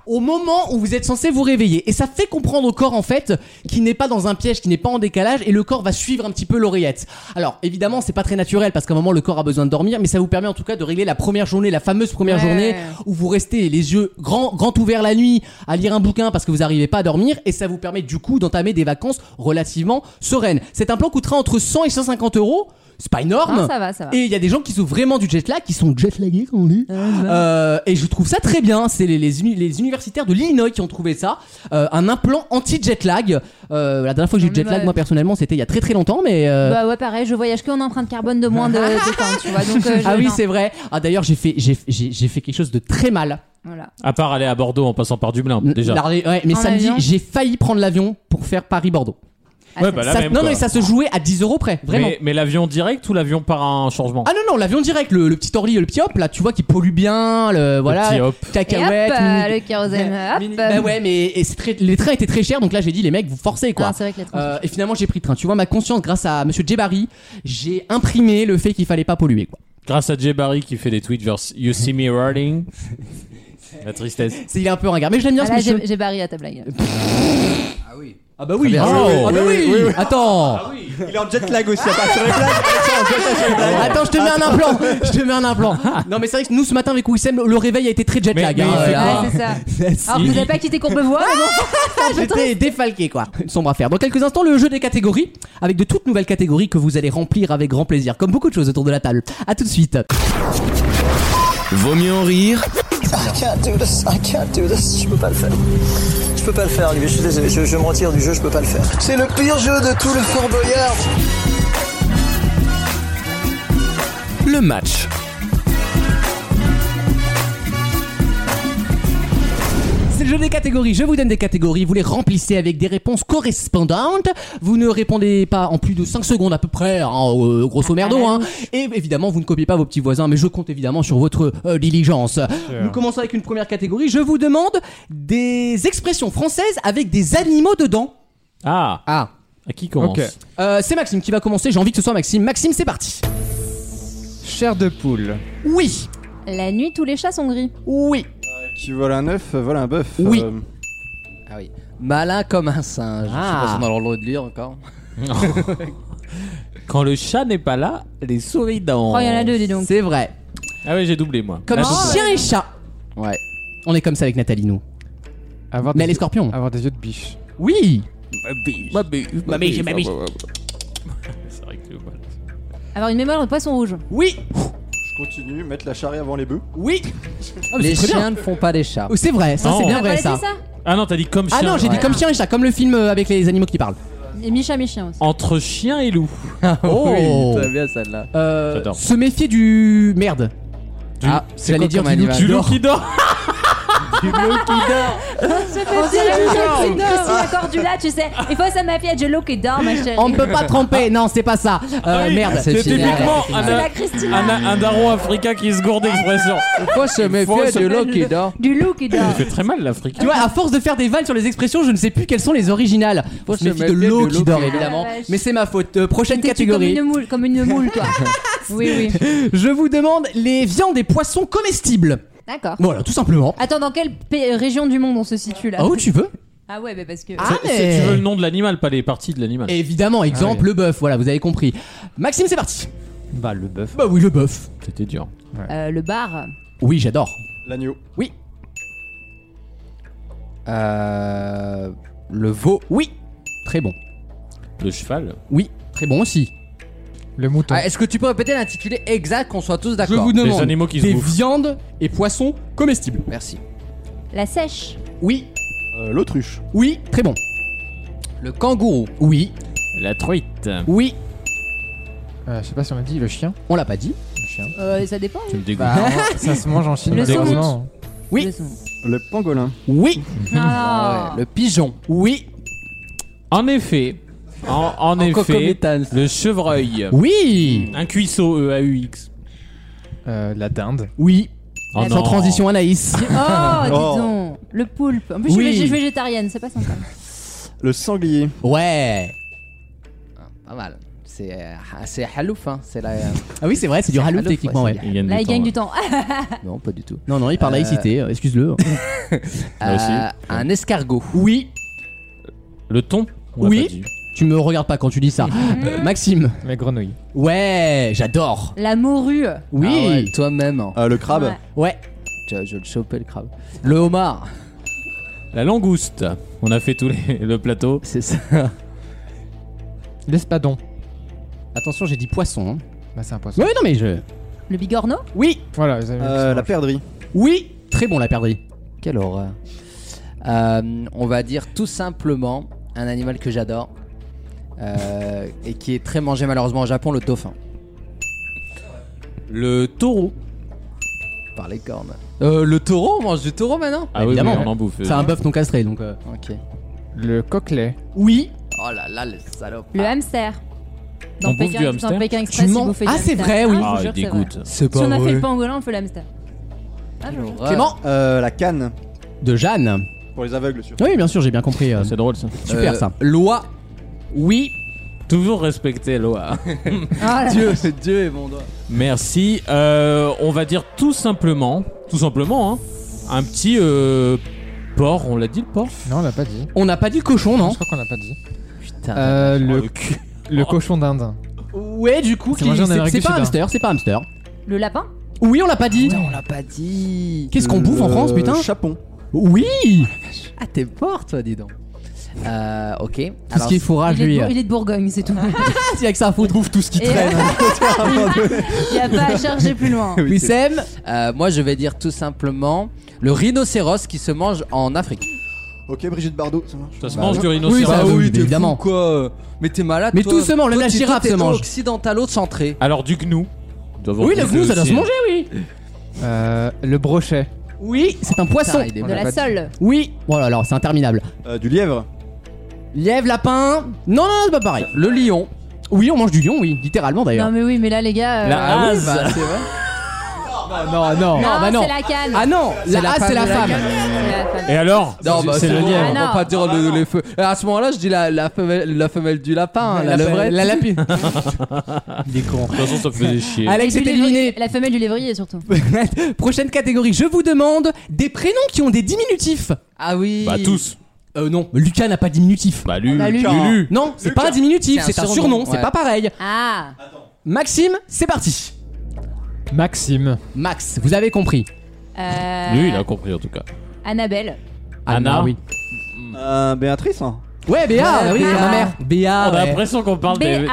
Speaker 3: au moment où vous êtes censé vous réveiller. Et ça fait comprendre au corps en fait qu'il n'est pas dans un piège, qu'il n'est pas en décalage, et le corps va suivre un petit peu l'oreillette. Alors évidemment, c'est pas très naturel parce qu'à un moment le corps a besoin de dormir, mais ça vous permet en tout cas de régler la première journée, la fameuse première
Speaker 6: Ouais.
Speaker 3: journée où vous restez les yeux grands grand ouverts la nuit à lire un bouquin parce que vous n'arrivez pas à dormir et ça vous permet du coup d'entamer des vacances relativement sereines. Cet implant coûtera entre 100 et 150 euros. c'est pas énorme.
Speaker 6: Non, Ah, ça va, ça va.
Speaker 3: Et il y a des gens qui souffrent vraiment du jet lag, qui sont jet lagués, comme on
Speaker 6: Ah,
Speaker 3: dit. Euh, et je trouve ça très bien. C'est les, les uni- les universitaires de l'Illinois qui ont trouvé ça. Euh, un implant anti-jet lag. Euh, la dernière fois que j'ai eu
Speaker 6: Non,
Speaker 3: jet
Speaker 6: mais
Speaker 3: lag,
Speaker 6: bah-
Speaker 3: moi personnellement, c'était il y a très très longtemps. Mais euh,
Speaker 6: Bah ouais, pareil, je voyage que en empreinte carbone de moins de, de temps, tu vois. Donc, euh, je-
Speaker 3: ah oui,
Speaker 6: non.
Speaker 3: c'est vrai. Ah d'ailleurs, j'ai fait, j'ai, j'ai- j'ai fait quelque chose de très mal.
Speaker 6: Voilà.
Speaker 4: À part aller à Bordeaux en passant par Dublin, déjà.
Speaker 3: L'Arlé- ouais, mais
Speaker 6: En
Speaker 3: samedi,
Speaker 6: avion
Speaker 3: j'ai failli prendre l'avion pour faire Paris-Bordeaux.
Speaker 6: Ah,
Speaker 4: Ouais,
Speaker 6: ça-
Speaker 4: bah là- La
Speaker 3: Ça-
Speaker 4: même,
Speaker 3: non,
Speaker 4: quoi.
Speaker 3: non, mais ça se jouait à 10 euros près, vraiment.
Speaker 4: Mais, mais l'avion direct ou l'avion par un changement
Speaker 3: Ah non, non, l'avion direct, le, le petit orly, le petit hop, là, tu vois, qui pollue bien, le, voilà,
Speaker 4: petit hop.
Speaker 6: Et hop,
Speaker 3: cacahuète.
Speaker 6: euh,
Speaker 3: mini-
Speaker 6: le kérosène, hop.
Speaker 3: mini- bah ouais, mais et c'est très- les trains étaient très chers, donc là, j'ai dit, les mecs, vous forcez, quoi.
Speaker 6: Ah, c'est vrai que les trente-
Speaker 3: Euh, et finalement, j'ai pris le train. Tu vois, ma conscience, grâce à monsieur Djebari, j'ai imprimé le fait qu'il fallait pas polluer, quoi.
Speaker 4: Grâce à Jay Barry qui fait des tweets vers You see me riding. La tristesse.
Speaker 3: C'est, il est un peu ringard, mais je l'aime bien,
Speaker 6: Ah,
Speaker 3: ce
Speaker 6: là,
Speaker 3: monsieur.
Speaker 6: j'ai j'ai barré à ta blague.
Speaker 3: Ah bah oui,
Speaker 5: Ah,
Speaker 3: ah,
Speaker 4: oui,
Speaker 3: ah bah oui, attends,
Speaker 2: Il est en jet lag aussi, à part sur les plages. Alexandre, en jet lag sur les plages.
Speaker 3: attends, je te mets un implant, je te mets un implant. Non, mais c'est vrai que nous, ce matin, avec Wissem, le réveil a été très jet
Speaker 4: Mais-
Speaker 3: lag.
Speaker 4: mais
Speaker 3: hein,
Speaker 4: il fait
Speaker 3: là. Ah,
Speaker 4: quoi
Speaker 6: Ouais, c'est ça. Alors,
Speaker 4: Il-
Speaker 6: vous n'avez pas quitté Courbevoie mais bon.
Speaker 3: J'étais défalqué quoi. Une sombre affaire. Dans quelques instants, le jeu des catégories, avec de toutes nouvelles catégories que vous allez remplir avec grand plaisir, comme beaucoup de choses autour de la table. À tout de suite.
Speaker 1: Vaut mieux en rire
Speaker 8: I can't do this, I can't do this, je peux pas le faire. Je peux pas le faire, lui, je suis désolé, je, je me retire du jeu, je peux pas le faire. C'est le pire jeu de tout le Fort Boyard.
Speaker 1: le match.
Speaker 3: C'est le jeu des catégories. Je vous donne des catégories. Vous les remplissez avec des réponses correspondantes. Vous ne répondez pas en plus de 5 secondes à peu près, hein, euh, grosso merdo. Hein. Et évidemment, vous ne copiez pas vos petits voisins, mais je compte évidemment sur votre euh, diligence. Nous commençons avec une première catégorie. Je vous demande des expressions françaises avec des animaux dedans.
Speaker 4: Ah,
Speaker 3: Ah.
Speaker 4: à qui commence
Speaker 7: Ok.
Speaker 3: Euh, c'est Maxime qui va commencer. J'ai envie que ce soit Maxime. Maxime, c'est parti.
Speaker 7: Chair de poule.
Speaker 3: Oui.
Speaker 6: La nuit, tous les chats sont gris.
Speaker 3: Oui.
Speaker 2: Qui vole un œuf, vole un bœuf.
Speaker 3: Oui.
Speaker 2: Euh,
Speaker 5: Ah oui. Malin comme un singe.
Speaker 3: Ah.
Speaker 5: Je sais pas si on a le droit de lire encore.
Speaker 4: Quand le chat n'est pas là, les souris dansent.
Speaker 6: Oh, il y en a deux, dis donc.
Speaker 3: C'est vrai.
Speaker 4: Ah ouais, j'ai doublé moi.
Speaker 3: Comme
Speaker 4: La double.
Speaker 3: chien et chat.
Speaker 5: Ouais.
Speaker 3: On est comme ça avec Nathalie, nous.
Speaker 7: Avoir
Speaker 3: Mais
Speaker 7: des
Speaker 3: les scorpions.
Speaker 7: Avoir des yeux de biche.
Speaker 3: Oui.
Speaker 4: Ma biche, ma biche, ma biche. C'est vrai que voilà.
Speaker 6: Avoir une mémoire de poisson rouge.
Speaker 3: Oui.
Speaker 2: Je continue, mettre la charrue avant les bœufs.
Speaker 3: Oui. Ah, mais
Speaker 5: Les
Speaker 3: c'est très bien.
Speaker 5: chiens ne font pas des chats.
Speaker 3: Oh, C'est vrai. Ça,
Speaker 4: Non.
Speaker 3: c'est
Speaker 6: On
Speaker 3: bien
Speaker 6: a pas
Speaker 3: vrai,
Speaker 6: laissé
Speaker 3: ça.
Speaker 6: ça
Speaker 4: Ah non, t'as dit comme chien.
Speaker 3: Ah non, j'ai dit
Speaker 4: Ouais.
Speaker 3: comme chien et chat, comme le film euh, avec les animaux qui parlent.
Speaker 6: Et mi-chat, mi-chien aussi.
Speaker 4: Entre chien et loup.
Speaker 3: Oh.
Speaker 5: Très bien celle-là.
Speaker 3: Euh,
Speaker 4: J'adore.
Speaker 3: se méfier du merde.
Speaker 5: Ah, c'est
Speaker 3: J'allais
Speaker 5: quoi
Speaker 3: dire
Speaker 5: comme
Speaker 3: du loup
Speaker 5: animal
Speaker 4: Du loup qui dort.
Speaker 6: On dirait le truc de Cordula, tu sais. Il faut ça m'a fait de l'eau qui dort, ma chérie.
Speaker 3: On ne peut pas tromper. Non, c'est pas ça. Euh,
Speaker 4: Ah oui,
Speaker 3: Merde. Ah,
Speaker 5: c'est
Speaker 4: C'est
Speaker 5: fini,
Speaker 4: typiquement
Speaker 5: arrête, c'est
Speaker 4: un,
Speaker 6: C'est hein. la
Speaker 4: un,
Speaker 6: Christina.
Speaker 4: un- un daron africain qui se gourde d'expression.
Speaker 5: Pourquoi se méfier de l'eau qui dort
Speaker 6: Du loup qui
Speaker 4: Ça
Speaker 6: dort.
Speaker 4: fait très mal l'Afrique.
Speaker 3: Tu vois, à force de faire des vannes sur les expressions, je ne sais plus quelles sont les originales. Faut se méfier de l'eau qui dort, évidemment.
Speaker 6: Ah, la vache.
Speaker 3: Mais c'est ma faute. Euh, prochaine
Speaker 6: T'es tu comme
Speaker 3: catégorie.
Speaker 6: une moule, comme une moule, toi. oui, oui.
Speaker 3: Je vous demande les viandes et poissons comestibles.
Speaker 6: D'accord.
Speaker 3: Voilà, tout simplement.
Speaker 6: Attends, dans quelle pa- région du monde on se situe là
Speaker 3: Ah, où tu veux
Speaker 6: Ah ouais, bah parce que.
Speaker 3: Ah,
Speaker 4: Si tu veux le nom de l'animal, pas les parties de l'animal.
Speaker 3: Évidemment, exemple, le bœuf, voilà, vous avez compris. Maxime, c'est parti.
Speaker 7: Bah, le bœuf.
Speaker 3: Bah oui, le bœuf.
Speaker 4: C'était dur.
Speaker 6: Euh, le bar.
Speaker 3: Oui, j'adore.
Speaker 2: L'agneau.
Speaker 5: Euh. Le veau.
Speaker 3: Oui, très bon.
Speaker 4: Le cheval.
Speaker 3: Oui, très bon aussi.
Speaker 7: Le mouton.
Speaker 5: Ah, Est-ce que tu peux répéter l'intitulé exact qu'on soit tous
Speaker 3: Je
Speaker 5: d'accord
Speaker 3: vous demande
Speaker 4: Les animaux qui se
Speaker 3: des
Speaker 4: bouffent.
Speaker 3: viandes et poissons comestibles.
Speaker 5: Merci.
Speaker 6: La sèche.
Speaker 3: Oui,
Speaker 2: Euh, L'autruche.
Speaker 3: oui, très bon.
Speaker 5: Le kangourou.
Speaker 3: Oui,
Speaker 4: La truite.
Speaker 3: oui,
Speaker 7: Euh, je sais pas si on a dit le chien.
Speaker 3: on l'a pas dit.
Speaker 7: Le chien.
Speaker 6: Euh, ça dépend.
Speaker 4: Tu me dégoûtes.
Speaker 7: Bah, ça se mange en Chine,
Speaker 6: Le
Speaker 7: malheureusement.
Speaker 3: Oui.
Speaker 6: Le son.
Speaker 2: Le pangolin.
Speaker 3: Oui,
Speaker 6: Ah,
Speaker 5: Ouais, Euh, Le pigeon.
Speaker 3: oui,
Speaker 4: En effet. En, en effet.
Speaker 5: concomitance.
Speaker 4: Le chevreuil.
Speaker 3: oui,
Speaker 4: Un cuisseau E E-A-U-X.
Speaker 7: Euh, la dinde.
Speaker 3: oui.
Speaker 4: Oh
Speaker 3: Sans
Speaker 4: non.
Speaker 3: transition, Anaïs.
Speaker 6: Oh,
Speaker 2: Oh.
Speaker 6: dis donc. Le poulpe. En plus, je, suis
Speaker 3: Oui.
Speaker 6: vég- je suis végétarienne, c'est pas sympa.
Speaker 2: Le sanglier.
Speaker 3: Ouais.
Speaker 5: Pas mal. C'est euh, ha- c'est halouf, hein. C'est la.
Speaker 3: Ah oui, c'est vrai, c'est du
Speaker 5: C'est
Speaker 3: halouf
Speaker 5: halouf,
Speaker 3: techniquement,
Speaker 5: ouais,
Speaker 3: ouais.
Speaker 5: c'est
Speaker 4: Il gagne
Speaker 6: Là, il gagne du
Speaker 4: du temps.
Speaker 6: temps. Ah,
Speaker 5: non, pas du tout.
Speaker 3: Non, non, il parle
Speaker 5: Euh,
Speaker 3: laïcité, euh, excuse-le.
Speaker 4: Là aussi.
Speaker 5: un escargot.
Speaker 3: oui,
Speaker 4: Le thon on l'a
Speaker 3: Oui.
Speaker 4: pas dit.
Speaker 3: tu me regardes pas quand tu dis ça. Euh, Maxime.
Speaker 7: La grenouille.
Speaker 3: Ouais, j'adore.
Speaker 6: Ah, La morue.
Speaker 3: Oui.
Speaker 5: Ah ouais, Toi-même. hein.
Speaker 2: Euh, le crabe.
Speaker 6: Ouais.
Speaker 3: Ouais.
Speaker 5: Je, je vais le choper le crabe. Le homard.
Speaker 4: La langouste. On a fait tous les, le plateau.
Speaker 5: C'est ça.
Speaker 7: L'espadon.
Speaker 3: Attention, j'ai dit poisson. hein.
Speaker 7: Bah, c'est un poisson.
Speaker 3: Oui, non, mais je.
Speaker 6: Le Bigorneau
Speaker 3: Oui,
Speaker 7: Voilà, les amis.
Speaker 2: Euh, la perdrix.
Speaker 3: oui, très bon la perdrix.
Speaker 5: Quelle horreur. Euh, on va dire tout simplement un animal que j'adore euh, et qui est très mangé malheureusement au Japon, le dauphin.
Speaker 4: Le taureau.
Speaker 5: Par les cornes. Euh, le taureau, on mange du taureau maintenant
Speaker 4: Ah oui,
Speaker 3: Évidemment.
Speaker 4: mais on en bouffe.
Speaker 3: C'est un bœuf non castré donc. euh,
Speaker 5: Ok.
Speaker 7: Le coquelet.
Speaker 3: Oui.
Speaker 5: Oh là là, le salope.
Speaker 6: Le hamster.
Speaker 4: On
Speaker 6: Dans
Speaker 4: bouffe
Speaker 6: Pékin,
Speaker 4: du
Speaker 6: dans
Speaker 4: hamster
Speaker 6: Pékin
Speaker 3: Tu
Speaker 6: Express, ils
Speaker 3: mens.
Speaker 6: bouffaient du
Speaker 3: Ah, c'est
Speaker 6: hamster.
Speaker 3: vrai, oui.
Speaker 6: je vous
Speaker 4: Ah,
Speaker 6: jure,
Speaker 4: il
Speaker 6: c'est
Speaker 4: dégoûte.
Speaker 5: C'est
Speaker 6: vrai. Si on a fait le pangolin, on fait le hamster. Ah, je vous jure.
Speaker 3: Clément.
Speaker 2: Euh, la canne.
Speaker 3: De Jeanne.
Speaker 2: Pour les aveugles, sûr.
Speaker 3: Oui, bien sûr, j'ai bien compris. euh,
Speaker 4: Ah, C'est drôle ça.
Speaker 3: super ça.
Speaker 5: Loi.
Speaker 3: Oui.
Speaker 4: Toujours respecter Loa.
Speaker 6: Ah, là.
Speaker 5: Dieu, Dieu est mon doigt.
Speaker 4: Merci. Euh, on va dire tout simplement, tout simplement, hein, un petit euh, porc. On l'a dit le porc
Speaker 7: Non, on l'a pas dit.
Speaker 3: On n'a pas dit le cochon, non
Speaker 7: Je crois qu'on l'a pas dit.
Speaker 5: Putain.
Speaker 3: Oh,
Speaker 7: Euh, le,
Speaker 4: le cul.
Speaker 7: le cochon d'Inde.
Speaker 3: Ouais, du coup,
Speaker 7: C'est
Speaker 3: qui-
Speaker 7: mangé en
Speaker 3: c'est
Speaker 7: Amérique
Speaker 3: c'est
Speaker 7: du
Speaker 3: pas un
Speaker 7: Sud, hein.
Speaker 3: hamster, c'est pas un hamster.
Speaker 6: Le lapin
Speaker 3: Oui, on l'a pas dit.
Speaker 5: on l'a pas dit.
Speaker 3: Qu'est-ce qu'on bouffe en
Speaker 2: Le
Speaker 3: France, putain
Speaker 2: Euh, Chapon.
Speaker 3: Oui.
Speaker 5: Ah, t'es fort, toi, dis donc. Euh, ok.
Speaker 3: Tout ce
Speaker 5: Alors,
Speaker 3: qui est fourrage,
Speaker 6: il, est de,
Speaker 3: Ah, lui.
Speaker 6: Bour- il est de Bourgogne, c'est tout.
Speaker 3: Ah, si, avec ça, faut trouve tout ce qui
Speaker 6: Et-
Speaker 3: traîne.
Speaker 6: Il n'y a pas à chercher plus loin.
Speaker 3: Oui, Wissem,
Speaker 5: euh, moi, je vais dire tout simplement le rhinocéros qui se mange en Afrique.
Speaker 2: Ok, Brigitte Bardot, ça marche.
Speaker 4: Ça se
Speaker 2: Bah,
Speaker 4: mange du
Speaker 3: Oui, ça,
Speaker 4: rhinocéros.
Speaker 3: oui,
Speaker 5: t'es
Speaker 3: mais
Speaker 5: fou,
Speaker 3: évidemment.
Speaker 5: quoi. Mais t'es malade.
Speaker 3: Mais
Speaker 5: toi.
Speaker 3: tout se mange, même
Speaker 5: Toi,
Speaker 3: la
Speaker 5: t'es-
Speaker 3: girafe
Speaker 5: t'es
Speaker 3: se mange.
Speaker 5: occidentalo-centré.
Speaker 4: Alors du gnou.
Speaker 3: Oui, le gnou, ça doit se manger, oui.
Speaker 7: Euh, le brochet.
Speaker 3: Oui, c'est un poisson.
Speaker 5: Putain, il est
Speaker 6: De
Speaker 5: malade.
Speaker 6: la sole.
Speaker 3: Oui. Bon, alors, alors, c'est interminable.
Speaker 2: euh, du lièvre.
Speaker 3: Lièvre, lapin. Non, non, non, c'est pas pareil. Le lion. Oui, on mange du lion, oui, littéralement d'ailleurs.
Speaker 6: Non, mais oui, mais là, les gars. euh,
Speaker 4: La
Speaker 5: Ah oui,
Speaker 4: hase.
Speaker 5: bah, c'est vrai.
Speaker 7: Non, non.
Speaker 6: Non,
Speaker 3: Ah, bah non.
Speaker 6: c'est la canne.
Speaker 3: Ah non, la,
Speaker 5: la
Speaker 3: ah, c'est la
Speaker 5: femme, la
Speaker 3: femme.
Speaker 4: Et alors
Speaker 5: Non, bah,
Speaker 4: C'est le
Speaker 5: bon,
Speaker 4: lièvre.
Speaker 5: On
Speaker 6: Ah,
Speaker 5: va
Speaker 6: non.
Speaker 5: pas dire le, les feux. Et à ce moment-là, je dis la, la, femelle, la femelle du lapin, hein, la, levrette.
Speaker 3: Ah, La lapine. Il est con.
Speaker 4: De toute façon, ça me faisait chier.
Speaker 3: Alex
Speaker 6: Du
Speaker 3: est
Speaker 6: lévrier-
Speaker 3: éliminé.
Speaker 6: La femelle du lévrier, surtout.
Speaker 3: Prochaine catégorie, je vous demande des prénoms qui ont des diminutifs.
Speaker 5: Ah oui.
Speaker 4: Bah tous.
Speaker 3: Euh non, Lucas n'a pas de diminutif.
Speaker 4: Bah lui.
Speaker 6: Bah, lui.
Speaker 4: Lulu.
Speaker 3: Non, c'est pas un diminutif, c'est un surnom, c'est
Speaker 5: ouais.
Speaker 3: pas pareil.
Speaker 6: Ah
Speaker 3: Maxime, c'est parti.
Speaker 7: Maxime.
Speaker 3: Max, vous avez compris.
Speaker 6: euh,
Speaker 4: Lui, il a compris en tout cas.
Speaker 6: Annabelle.
Speaker 4: Anna.
Speaker 3: Ah, bah oui.
Speaker 2: Euh, Béatrice. hein.
Speaker 3: Ouais, Béa, bah oui,
Speaker 6: Béa.
Speaker 3: ma mère. Béa,
Speaker 4: On a
Speaker 3: ouais.
Speaker 4: l'impression qu'on parle des.
Speaker 6: B.A.
Speaker 5: Euh,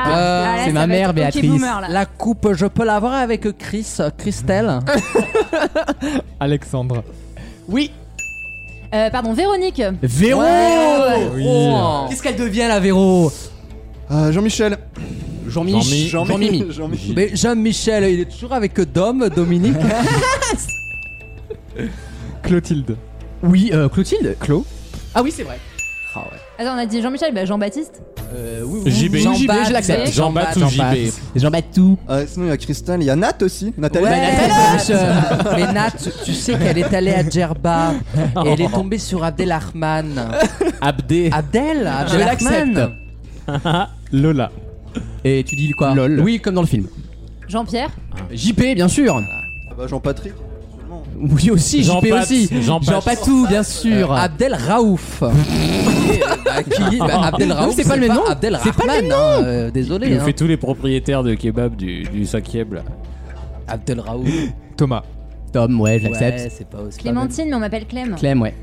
Speaker 6: Ah, là,
Speaker 3: c'est
Speaker 6: ça
Speaker 3: ma
Speaker 6: va
Speaker 3: mère,
Speaker 6: être ok
Speaker 3: Béatrice.
Speaker 6: boomer, là.
Speaker 5: La coupe, je peux l'avoir avec Chris, euh, Christelle.
Speaker 7: Alexandre.
Speaker 3: Oui.
Speaker 6: Euh, pardon, Véronique.
Speaker 3: Véro
Speaker 5: Ouais,
Speaker 7: Oui.
Speaker 5: Oh.
Speaker 3: Qu'est-ce qu'elle devient, la Véro
Speaker 2: Euh, Jean-Michel.
Speaker 3: Jean-Mich. Jean-Mimi.
Speaker 2: Jean-Michel.
Speaker 5: Mais Jean-Michel, il est toujours avec Dom, Dominique.
Speaker 7: Clotilde.
Speaker 3: Oui, euh, Clotilde. Clo. Ah oui, c'est vrai.
Speaker 5: Ah ouais.
Speaker 6: Attends, on a dit Jean-Michel, bah Jean-Baptiste.
Speaker 3: Euh, oui,
Speaker 4: JB.
Speaker 3: Jean JB,
Speaker 5: Jean-Baptiste.
Speaker 3: je l'accepte.
Speaker 4: Jean Bat ou JB
Speaker 3: Jean-Batou.
Speaker 2: Euh, sinon, il y a Christelle, il y a Nat aussi. Nathalie.
Speaker 5: Ouais,
Speaker 3: Nathalie.
Speaker 5: Nat. mais Nat, tu- tu sais qu'elle est allée à Djerba et elle est tombée sur Abdelrahman.
Speaker 4: Abdé.
Speaker 5: Abdel, Abdelrahman.
Speaker 7: Lola.
Speaker 3: Et tu dis quoi
Speaker 7: Lol.
Speaker 3: Oui, comme dans le film.
Speaker 6: Jean-Pierre.
Speaker 3: JP, bien sûr.
Speaker 2: Ah bah, Jean-Patrick. sûrement.
Speaker 3: Oui, aussi,
Speaker 4: Jean
Speaker 3: JP
Speaker 4: Pat.
Speaker 3: aussi.
Speaker 4: Jean Pat.
Speaker 3: Patou, bien sûr. Ah,
Speaker 5: Abdel Raouf. bah, qui- bah, Abdel Raouf,
Speaker 3: Non, c'est pas le même nom.
Speaker 5: Abdelrahman,
Speaker 3: C'est pas le même
Speaker 5: hein, euh, désolé.
Speaker 4: Il
Speaker 5: Hein.
Speaker 4: fait tous les propriétaires de kebab du, du 5ème là.
Speaker 5: Abdel Raouf.
Speaker 7: Thomas.
Speaker 3: Tom, ouais, je l'accepte.
Speaker 5: Ouais, c'est pas aussi.
Speaker 6: Clémentine, mais on m'appelle Clem.
Speaker 3: Clem, ouais.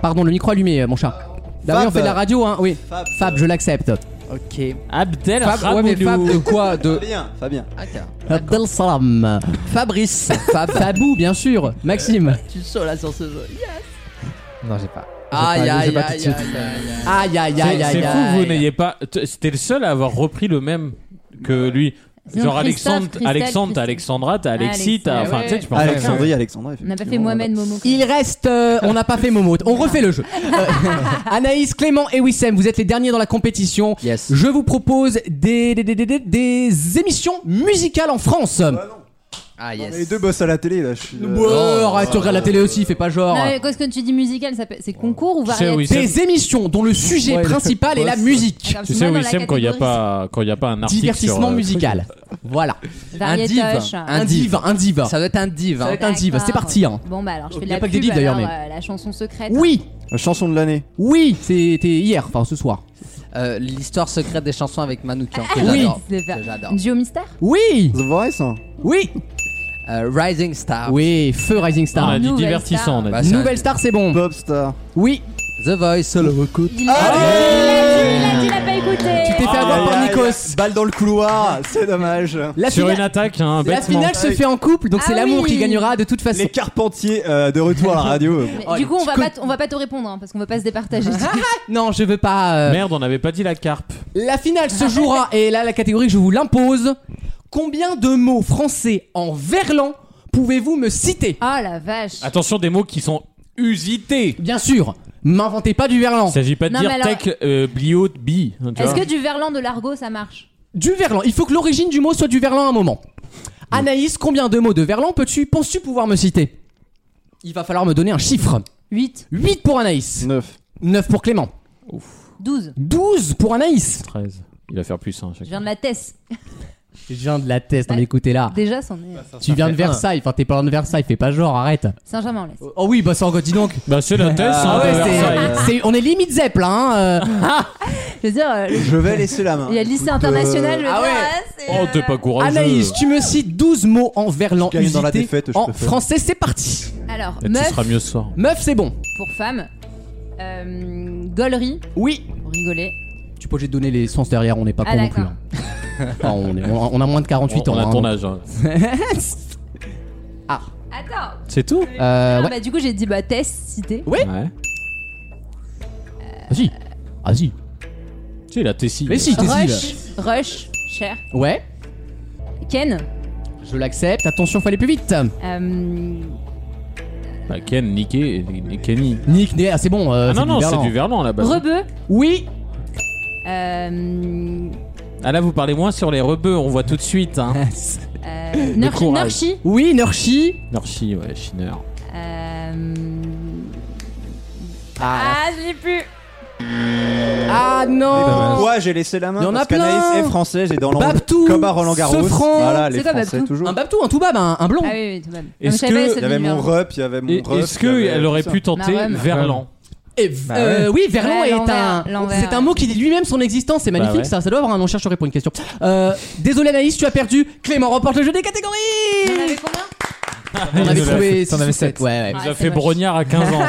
Speaker 3: Pardon, le micro allumé, euh, mon chat. Là, oui, on
Speaker 2: Fab.
Speaker 3: fait de la radio, hein, oui.
Speaker 2: Fab.
Speaker 3: Fab, je l'accepte.
Speaker 5: Ok.
Speaker 4: Abdel
Speaker 5: Fab, ouais, mais Fab
Speaker 3: euh,
Speaker 5: de quoi de...
Speaker 2: Fabien. Fabien.
Speaker 3: Abdel Salam.
Speaker 5: Fabrice. Fab.
Speaker 3: Fabou, bien sûr. Maxime.
Speaker 5: tu sautes là sur ce jeu.
Speaker 7: Non, j'ai pas.
Speaker 5: Aïe,
Speaker 7: pas- j'ai
Speaker 5: aïe,
Speaker 7: pas tout
Speaker 5: aïe,
Speaker 7: de suite.
Speaker 5: aïe, aïe, aïe.
Speaker 3: Aïe, aïe, aïe, aïe,
Speaker 4: C'est fou,
Speaker 3: aïe.
Speaker 4: vous n'ayez pas. t- C'était le seul à avoir repris le même que lui.
Speaker 6: Sinon,
Speaker 4: Genre
Speaker 6: Christophe,
Speaker 4: Alexandre,
Speaker 6: Christelle,
Speaker 4: Alexandre, t'as
Speaker 6: Christelle.
Speaker 4: Alexandra, t'as Alexis, t'as.
Speaker 6: Alexis,
Speaker 4: Enfin,
Speaker 6: ouais.
Speaker 4: tu sais, tu peux en faire.
Speaker 2: Alexandrie, Alexandra.
Speaker 6: On n'a pas fait Mohamed Momo.
Speaker 3: Il reste. euh, on n'a pas fait Momo. On refait le jeu. Euh, Anaïs, Clément et Wissem, vous êtes les derniers dans la compétition.
Speaker 5: Yes.
Speaker 3: Je vous propose des, des, des, des, des- des émissions musicales en France.
Speaker 5: Ah, yes.
Speaker 2: Les deux bossent à la télé, là. Je suis, euh,
Speaker 3: Ouais, arrête, tu regardes la télé aussi, fais pas genre.
Speaker 6: Non, mais parce que tu dis musical, ça peut- c'est concours ou
Speaker 4: Tu sais,
Speaker 6: variété
Speaker 4: Wissem,
Speaker 3: Des émissions dont le sujet
Speaker 7: Ouais,
Speaker 3: principal est la
Speaker 7: bosse.
Speaker 3: musique.
Speaker 6: Attends,
Speaker 4: tu
Speaker 6: parce que
Speaker 4: sais,
Speaker 6: moi, dans la
Speaker 4: Wissem, quand il n'y a,
Speaker 6: catégorie,
Speaker 4: pas- quand il y a pas un article. sur,
Speaker 3: Divertissement
Speaker 4: euh,
Speaker 3: musical. Voilà.
Speaker 6: Variété
Speaker 5: Un div.
Speaker 6: Hush.
Speaker 5: Un
Speaker 3: Un diva, un diva.
Speaker 5: Ça doit être un div. hein.
Speaker 3: Ça doit être un div, c'est parti. Hein.
Speaker 6: Bon, bah alors, je fais de
Speaker 3: Il y a
Speaker 6: la
Speaker 3: pas que des
Speaker 6: pub,
Speaker 3: divs, d'ailleurs,
Speaker 6: alors, euh, la chanson secrète.
Speaker 3: Oui,
Speaker 2: Chanson de l'année.
Speaker 3: oui, c'était hier, enfin ce soir.
Speaker 5: Euh, L'histoire secrète des chansons avec Manoukian. que
Speaker 3: Oui.
Speaker 5: j'adore.
Speaker 6: C'est pas-
Speaker 5: Que J'adore.
Speaker 6: Duo Mystère
Speaker 3: Oui,
Speaker 2: The Voice. hein.
Speaker 3: oui,
Speaker 5: Euh, Rising
Speaker 4: Ah.
Speaker 5: Star.
Speaker 3: oui, feu Rising
Speaker 4: On a
Speaker 3: Star.
Speaker 4: dit
Speaker 6: Nouvelle
Speaker 4: divertissant, on a
Speaker 5: Bah,
Speaker 4: dit.
Speaker 5: c'est un-
Speaker 3: Nouvelle star, c'est bon.
Speaker 2: Popstar.
Speaker 3: Oui,
Speaker 5: The Voice. Solo.
Speaker 6: Il l'a dit, il l'a dit, il l'a pas écouté
Speaker 3: tu t'es fait
Speaker 4: Ah,
Speaker 3: avoir
Speaker 4: aïe,
Speaker 3: par
Speaker 4: aïe,
Speaker 3: Nikos.
Speaker 4: passe
Speaker 2: balle dans le couloir, c'est dommage.
Speaker 3: La
Speaker 4: sur
Speaker 3: fina-
Speaker 4: une attaque, hein,
Speaker 3: la
Speaker 4: bêtement.
Speaker 3: finale se fait en couple, donc c'est
Speaker 6: Ah
Speaker 3: l'amour
Speaker 6: oui.
Speaker 3: qui gagnera de toute façon.
Speaker 2: Les carpentiers euh, de retour à la radio.
Speaker 6: Mais
Speaker 3: Oh,
Speaker 6: du coup, on
Speaker 3: tu
Speaker 6: va,
Speaker 3: con-
Speaker 6: pas t- on va pas te répondre hein, parce qu'on va pas se départager.
Speaker 3: Non, je veux pas. euh,
Speaker 4: Merde, on n'avait pas dit la carpe.
Speaker 3: La finale se jouera, et là la catégorie je vous l'impose. Combien de mots français en verlan pouvez-vous me citer
Speaker 6: Ah la vache.
Speaker 4: Attention, des mots qui sont usités.
Speaker 3: Bien sûr, m'inventez pas du verlan.
Speaker 4: Il s'agit pas de
Speaker 6: Non,
Speaker 4: dire
Speaker 6: mais alors-
Speaker 4: tech, euh, blio, bi. hein, tu
Speaker 6: Est-ce
Speaker 4: vois.
Speaker 6: que du verlan de l'argot ça marche
Speaker 3: Du verlan, il faut que l'origine du mot soit du verlan à un moment. Anaïs, combien de mots de verlan peux-tu, penses-tu pouvoir me citer Il va falloir me donner un chiffre.
Speaker 6: 8,
Speaker 3: 8 pour Anaïs,
Speaker 7: 9.
Speaker 3: 9 pour Clément,
Speaker 6: 12.
Speaker 3: 12 pour Anaïs.
Speaker 4: 13. Il va faire plus, hein,
Speaker 6: Je
Speaker 4: chacun.
Speaker 6: viens de la Tess.
Speaker 3: Je viens de la tête, non mais écoutez là.
Speaker 6: Déjà, c'en est.
Speaker 3: Tu viens de Versailles, enfin t'es pas loin de Versailles, fais pas genre, arrête.
Speaker 6: Saint-Germain-en-Laye.
Speaker 3: Oh oui, bah ça encore, dis donc.
Speaker 4: Bah, c'est la thèse,
Speaker 3: Ah
Speaker 4: hein,
Speaker 3: ouais,
Speaker 4: de
Speaker 3: c'est-
Speaker 4: Versailles.
Speaker 3: c'est- on est limite Zep là. Hein, euh.
Speaker 6: Je veux dire, euh, le-
Speaker 2: Je vais laisser la main.
Speaker 6: il y a le lycée
Speaker 2: Écoute, euh,
Speaker 6: international. je veux
Speaker 3: ah
Speaker 6: dire,
Speaker 3: ouais.
Speaker 6: c'est,
Speaker 4: Oh, t'es
Speaker 6: euh,
Speaker 4: pas courageux.
Speaker 3: Anaïs, tu me cites 12 mots en verlan
Speaker 2: Je gagne dans la
Speaker 3: usité
Speaker 2: défaite, je
Speaker 3: en
Speaker 2: préfère.
Speaker 3: français, c'est parti.
Speaker 6: Alors,
Speaker 4: Et Tu
Speaker 6: meuf
Speaker 4: seras mieux ce soir.
Speaker 3: Meuf, c'est bon.
Speaker 6: pour femme. Euh, gaulerie,
Speaker 3: Oui.
Speaker 6: pour rigoler.
Speaker 3: Tu peux j'ai donner les sens derrière, on n'est pas
Speaker 6: Ah,
Speaker 3: con non plus.
Speaker 6: d'accord.
Speaker 3: hein. Enfin, on, est- on- on a moins de 48
Speaker 4: on,
Speaker 3: ans.
Speaker 4: on a
Speaker 3: hein.
Speaker 4: ton âge. hein.
Speaker 6: Attends.
Speaker 4: C'est tout
Speaker 3: Euh,
Speaker 6: Ah,
Speaker 3: ouais.
Speaker 6: Bah, du coup, j'ai dit bah, Tess, cité.
Speaker 3: Ouais. Vas-y. Vas-y.
Speaker 4: Tu sais, la Tessie.
Speaker 3: Mais si, t'es
Speaker 6: Rush, Rush, Cher.
Speaker 3: Ouais,
Speaker 6: Ken.
Speaker 3: je l'accepte. Attention, fallait plus vite.
Speaker 6: euh,
Speaker 4: Bah, Ken, Niké et- et Kenny.
Speaker 3: Nick, Né- ah, c'est bon. euh,
Speaker 4: Ah non, non, c'est
Speaker 3: verlan.
Speaker 4: du verlan là-bas.
Speaker 6: Rebeu.
Speaker 3: Oui.
Speaker 6: Euh,
Speaker 4: Ah là, vous parlez moins sur les rebeux, on voit tout de suite. Hein.
Speaker 6: euh, Nurchi.
Speaker 4: courage.
Speaker 6: Nurchi,
Speaker 3: Oui, Nurchi.
Speaker 4: Norchi, ouais, Schinner.
Speaker 6: euh,
Speaker 3: Ah,
Speaker 6: Ah, je l'ai plus.
Speaker 3: ah, non.
Speaker 2: Pourquoi j'ai laissé la main
Speaker 3: Il y en a
Speaker 2: Parce qu'Anaïs
Speaker 3: plein.
Speaker 2: est française et dans l'en-
Speaker 3: Babtou,
Speaker 2: comme à Roland Garros.
Speaker 3: Sefran.
Speaker 2: Voilà, les
Speaker 6: C'est quoi, Babtou
Speaker 2: Français
Speaker 6: hein.
Speaker 2: toujours.
Speaker 3: Un Babtou, un Toubab, un, un blond.
Speaker 6: Ah oui, oui, tout de même. Non, mais
Speaker 4: Est-ce
Speaker 6: je savais pas,
Speaker 4: que-
Speaker 6: ça
Speaker 2: Il y avait
Speaker 6: venait
Speaker 2: mon
Speaker 6: vers-
Speaker 2: rup, il y avait mon
Speaker 4: Et
Speaker 2: rup.
Speaker 4: Est-ce
Speaker 2: il y avait
Speaker 4: qu'elle aurait
Speaker 2: tout
Speaker 4: pu
Speaker 2: ça.
Speaker 4: tenter
Speaker 6: Marron.
Speaker 4: verlan
Speaker 3: Et,
Speaker 4: Bah
Speaker 3: euh, oui, verlan
Speaker 6: Ouais,
Speaker 3: est
Speaker 6: l'envers,
Speaker 3: un.
Speaker 6: Bah, l'envers,
Speaker 3: C'est un
Speaker 6: ouais.
Speaker 3: mot qui dit lui-même son existence. C'est magnifique
Speaker 4: Bah ouais.
Speaker 3: ça. Ça doit avoir un nom chercheur pour une question. Euh, désolé Anaïs, tu as perdu. Clément remporte le jeu des
Speaker 6: J'en
Speaker 3: catégories.
Speaker 6: avais combien
Speaker 4: Ah,
Speaker 3: On avait trouvé.
Speaker 7: T'en avais
Speaker 3: six ou sept.
Speaker 7: sept.
Speaker 3: Ouais,
Speaker 4: Elle
Speaker 3: ouais.
Speaker 4: nous
Speaker 6: Ouais,
Speaker 4: a
Speaker 6: Ah, c'est
Speaker 4: fait
Speaker 6: moche.
Speaker 4: brognard à 15 ans.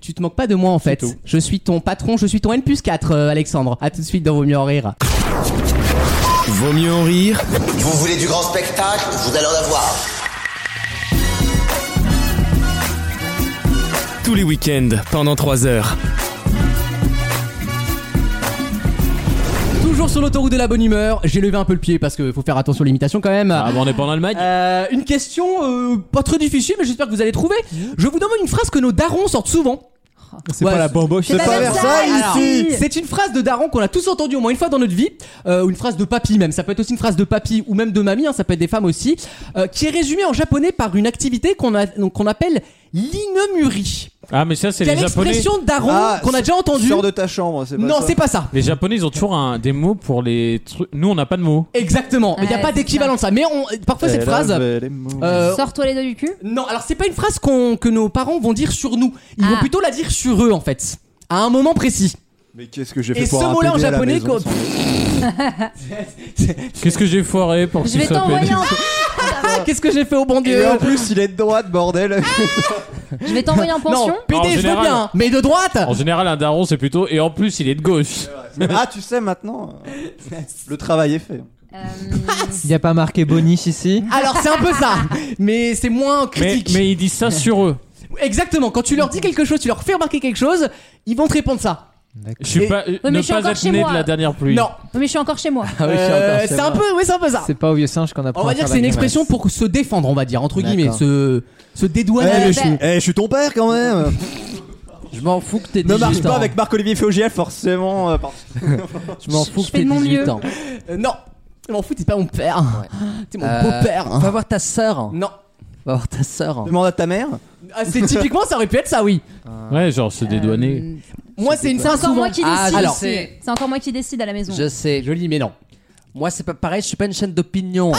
Speaker 3: Tu te moques pas de moi en fait. Je suis ton patron, je suis ton N plus 4, euh, Alexandre. À tout de suite dans Vos mieux en rire.
Speaker 1: Vaut mieux en rire
Speaker 9: Vous voulez du grand spectacle Vous allez en avoir.
Speaker 1: tous les week-ends pendant 3 heures.
Speaker 3: Toujours sur l'autoroute de la bonne humeur. J'ai levé un peu le pied parce que faut faire attention à l'imitation quand même.
Speaker 4: Ah, bah, on est pas en Allemagne.
Speaker 3: Euh, une question euh, pas très difficile, mais j'espère que vous allez trouver. Je vous demande une phrase que nos darons sortent souvent.
Speaker 7: C'est
Speaker 3: Ouais,
Speaker 7: pas la bamboche.
Speaker 2: C'est pas Versailles
Speaker 6: Alors,
Speaker 2: ici
Speaker 3: C'est une phrase de daron qu'on a tous entendue au moins une fois dans notre vie, euh, ou une phrase de papy même. Ça peut être aussi une phrase de papy ou même de mamie, hein, ça peut être des femmes aussi, euh, qui est résumée en japonais par une activité qu'on a- donc, qu'on appelle l'inemuri.
Speaker 4: Ah, mais ça, c'est les
Speaker 3: Quelle
Speaker 4: Japonais.
Speaker 3: expression de daron
Speaker 2: Ah,
Speaker 3: qu'on a déjà entendue
Speaker 2: Sors de ta chambre, c'est pas
Speaker 3: Non,
Speaker 2: ça.
Speaker 3: c'est pas ça.
Speaker 4: Les Japonais, ils ont toujours un- des mots pour les trucs. Nous, on n'a pas de mots.
Speaker 3: Exactement. Il n'y a
Speaker 6: Ouais,
Speaker 3: pas
Speaker 6: c'est
Speaker 3: d'équivalent de ça. Mais on, parfois cette
Speaker 2: Elle
Speaker 3: phrase.
Speaker 2: avait les mots.
Speaker 3: euh,
Speaker 6: Sors-toi les doigts du cul.
Speaker 3: Non, alors c'est pas une phrase qu'on- que nos parents vont dire sur nous. Ils vont
Speaker 6: Ah.
Speaker 3: plutôt la dire sur eux en fait. À un moment précis.
Speaker 2: Mais qu'est-ce que j'ai
Speaker 3: Et
Speaker 2: fait pour
Speaker 3: ce
Speaker 2: un
Speaker 3: mot-là en
Speaker 2: PD à la
Speaker 3: japonais,
Speaker 2: maison,
Speaker 3: quoi.
Speaker 2: sans doute.
Speaker 4: Qu'est-ce que j'ai foiré pour que
Speaker 6: Je
Speaker 4: tu
Speaker 6: vais
Speaker 4: sois
Speaker 6: t'envoyer
Speaker 4: pédé
Speaker 6: en...
Speaker 3: Ah, Qu'est-ce que j'ai fait au bon Dieu
Speaker 2: Et en plus, il est de droite, bordel.
Speaker 6: Je vais t'envoyer en pension.
Speaker 3: Non, PD,
Speaker 4: En
Speaker 3: je veux
Speaker 4: général.
Speaker 3: bien, mais de droite
Speaker 4: En général, un daron, c'est plutôt. Et en plus, il est de gauche.
Speaker 2: ah, tu sais maintenant, euh, le travail est fait.
Speaker 6: Euh,
Speaker 7: Il y a pas marqué Boniche ici
Speaker 3: Alors c'est un peu ça, mais c'est moins
Speaker 4: Mais,
Speaker 3: critique.
Speaker 4: mais ils disent ça sur eux.
Speaker 3: Exactement, quand tu leur dis quelque chose, tu leur fais remarquer quelque chose, ils vont te répondre ça.
Speaker 4: Je
Speaker 3: Et-
Speaker 4: suis pas.
Speaker 6: mais
Speaker 4: ne
Speaker 6: je suis
Speaker 4: pas
Speaker 6: encore
Speaker 4: être
Speaker 6: chez
Speaker 4: né
Speaker 6: moi.
Speaker 4: de la dernière pluie.
Speaker 3: Non,
Speaker 6: Mais je suis encore chez moi.
Speaker 7: Ah oui, je suis
Speaker 3: Euh,
Speaker 7: encore,
Speaker 3: c'est un peu, oui c'est un peu ça.
Speaker 7: C'est pas au vieux singe qu'on apprend.
Speaker 3: On va
Speaker 7: à
Speaker 3: dire que
Speaker 7: faire
Speaker 3: c'est une
Speaker 7: la
Speaker 3: expression
Speaker 7: grimace.
Speaker 3: pour se défendre, on va dire entre guillemets,
Speaker 7: D'accord.
Speaker 3: se se dédouaner.
Speaker 2: Eh,
Speaker 6: le
Speaker 2: je
Speaker 6: chou.
Speaker 2: suis- eh, je suis ton père quand même.
Speaker 5: Je m'en fous que t'aies 18
Speaker 2: Ne
Speaker 5: ans.
Speaker 2: marche pas avec Marc-Olivier Fogiel, forcément. euh, par-
Speaker 5: Je m'en fous
Speaker 6: Je fais
Speaker 5: que t'aies
Speaker 6: de mon
Speaker 5: 18
Speaker 6: mieux.
Speaker 5: ans.
Speaker 3: Euh, non, je m'en fous, t'es pas mon père. T'es mon
Speaker 5: Euh,
Speaker 3: beau-père.
Speaker 5: Va voir ta sœur.
Speaker 3: Non.
Speaker 5: Va voir ta sœur.
Speaker 2: Demande à ta mère.
Speaker 3: Ah, c'est typiquement ça aurait pu être ça, oui.
Speaker 4: Ouais, genre se dédouaner.
Speaker 6: Euh,
Speaker 3: Moi c'est une
Speaker 6: C'est
Speaker 3: phrase
Speaker 6: encore
Speaker 3: souvent.
Speaker 6: moi qui
Speaker 5: Ah,
Speaker 6: décide.
Speaker 5: je
Speaker 6: Alors,
Speaker 5: sais.
Speaker 6: C'est encore moi qui décide à la maison.
Speaker 5: Je sais.
Speaker 3: Joli mais non.
Speaker 5: Moi, c'est pas pareil. Je suis pas une chaîne d'opinion.
Speaker 4: Ah,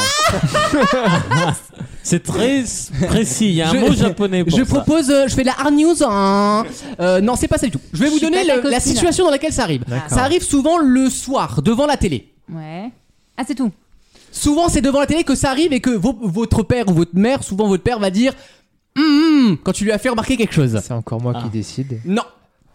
Speaker 4: C'est très précis. Il y a un
Speaker 3: Je-
Speaker 4: mot japonais pour
Speaker 3: Je
Speaker 4: ça.
Speaker 3: propose, euh, je fais de la hard news. hein. Euh, non, c'est pas ça du tout. Je vais vous
Speaker 6: suis
Speaker 3: donner
Speaker 6: pas ta
Speaker 3: le- la
Speaker 6: copine.
Speaker 3: situation dans laquelle ça arrive.
Speaker 6: D'accord.
Speaker 3: Ça arrive souvent le soir, devant la télé.
Speaker 6: Ouais. Ah, c'est tout.
Speaker 3: Souvent, c'est devant la télé que ça arrive et que vo- votre père ou votre mère, souvent votre père va dire Hum, hum quand tu lui as fait remarquer quelque chose.
Speaker 7: C'est encore moi qui décide.
Speaker 3: Non.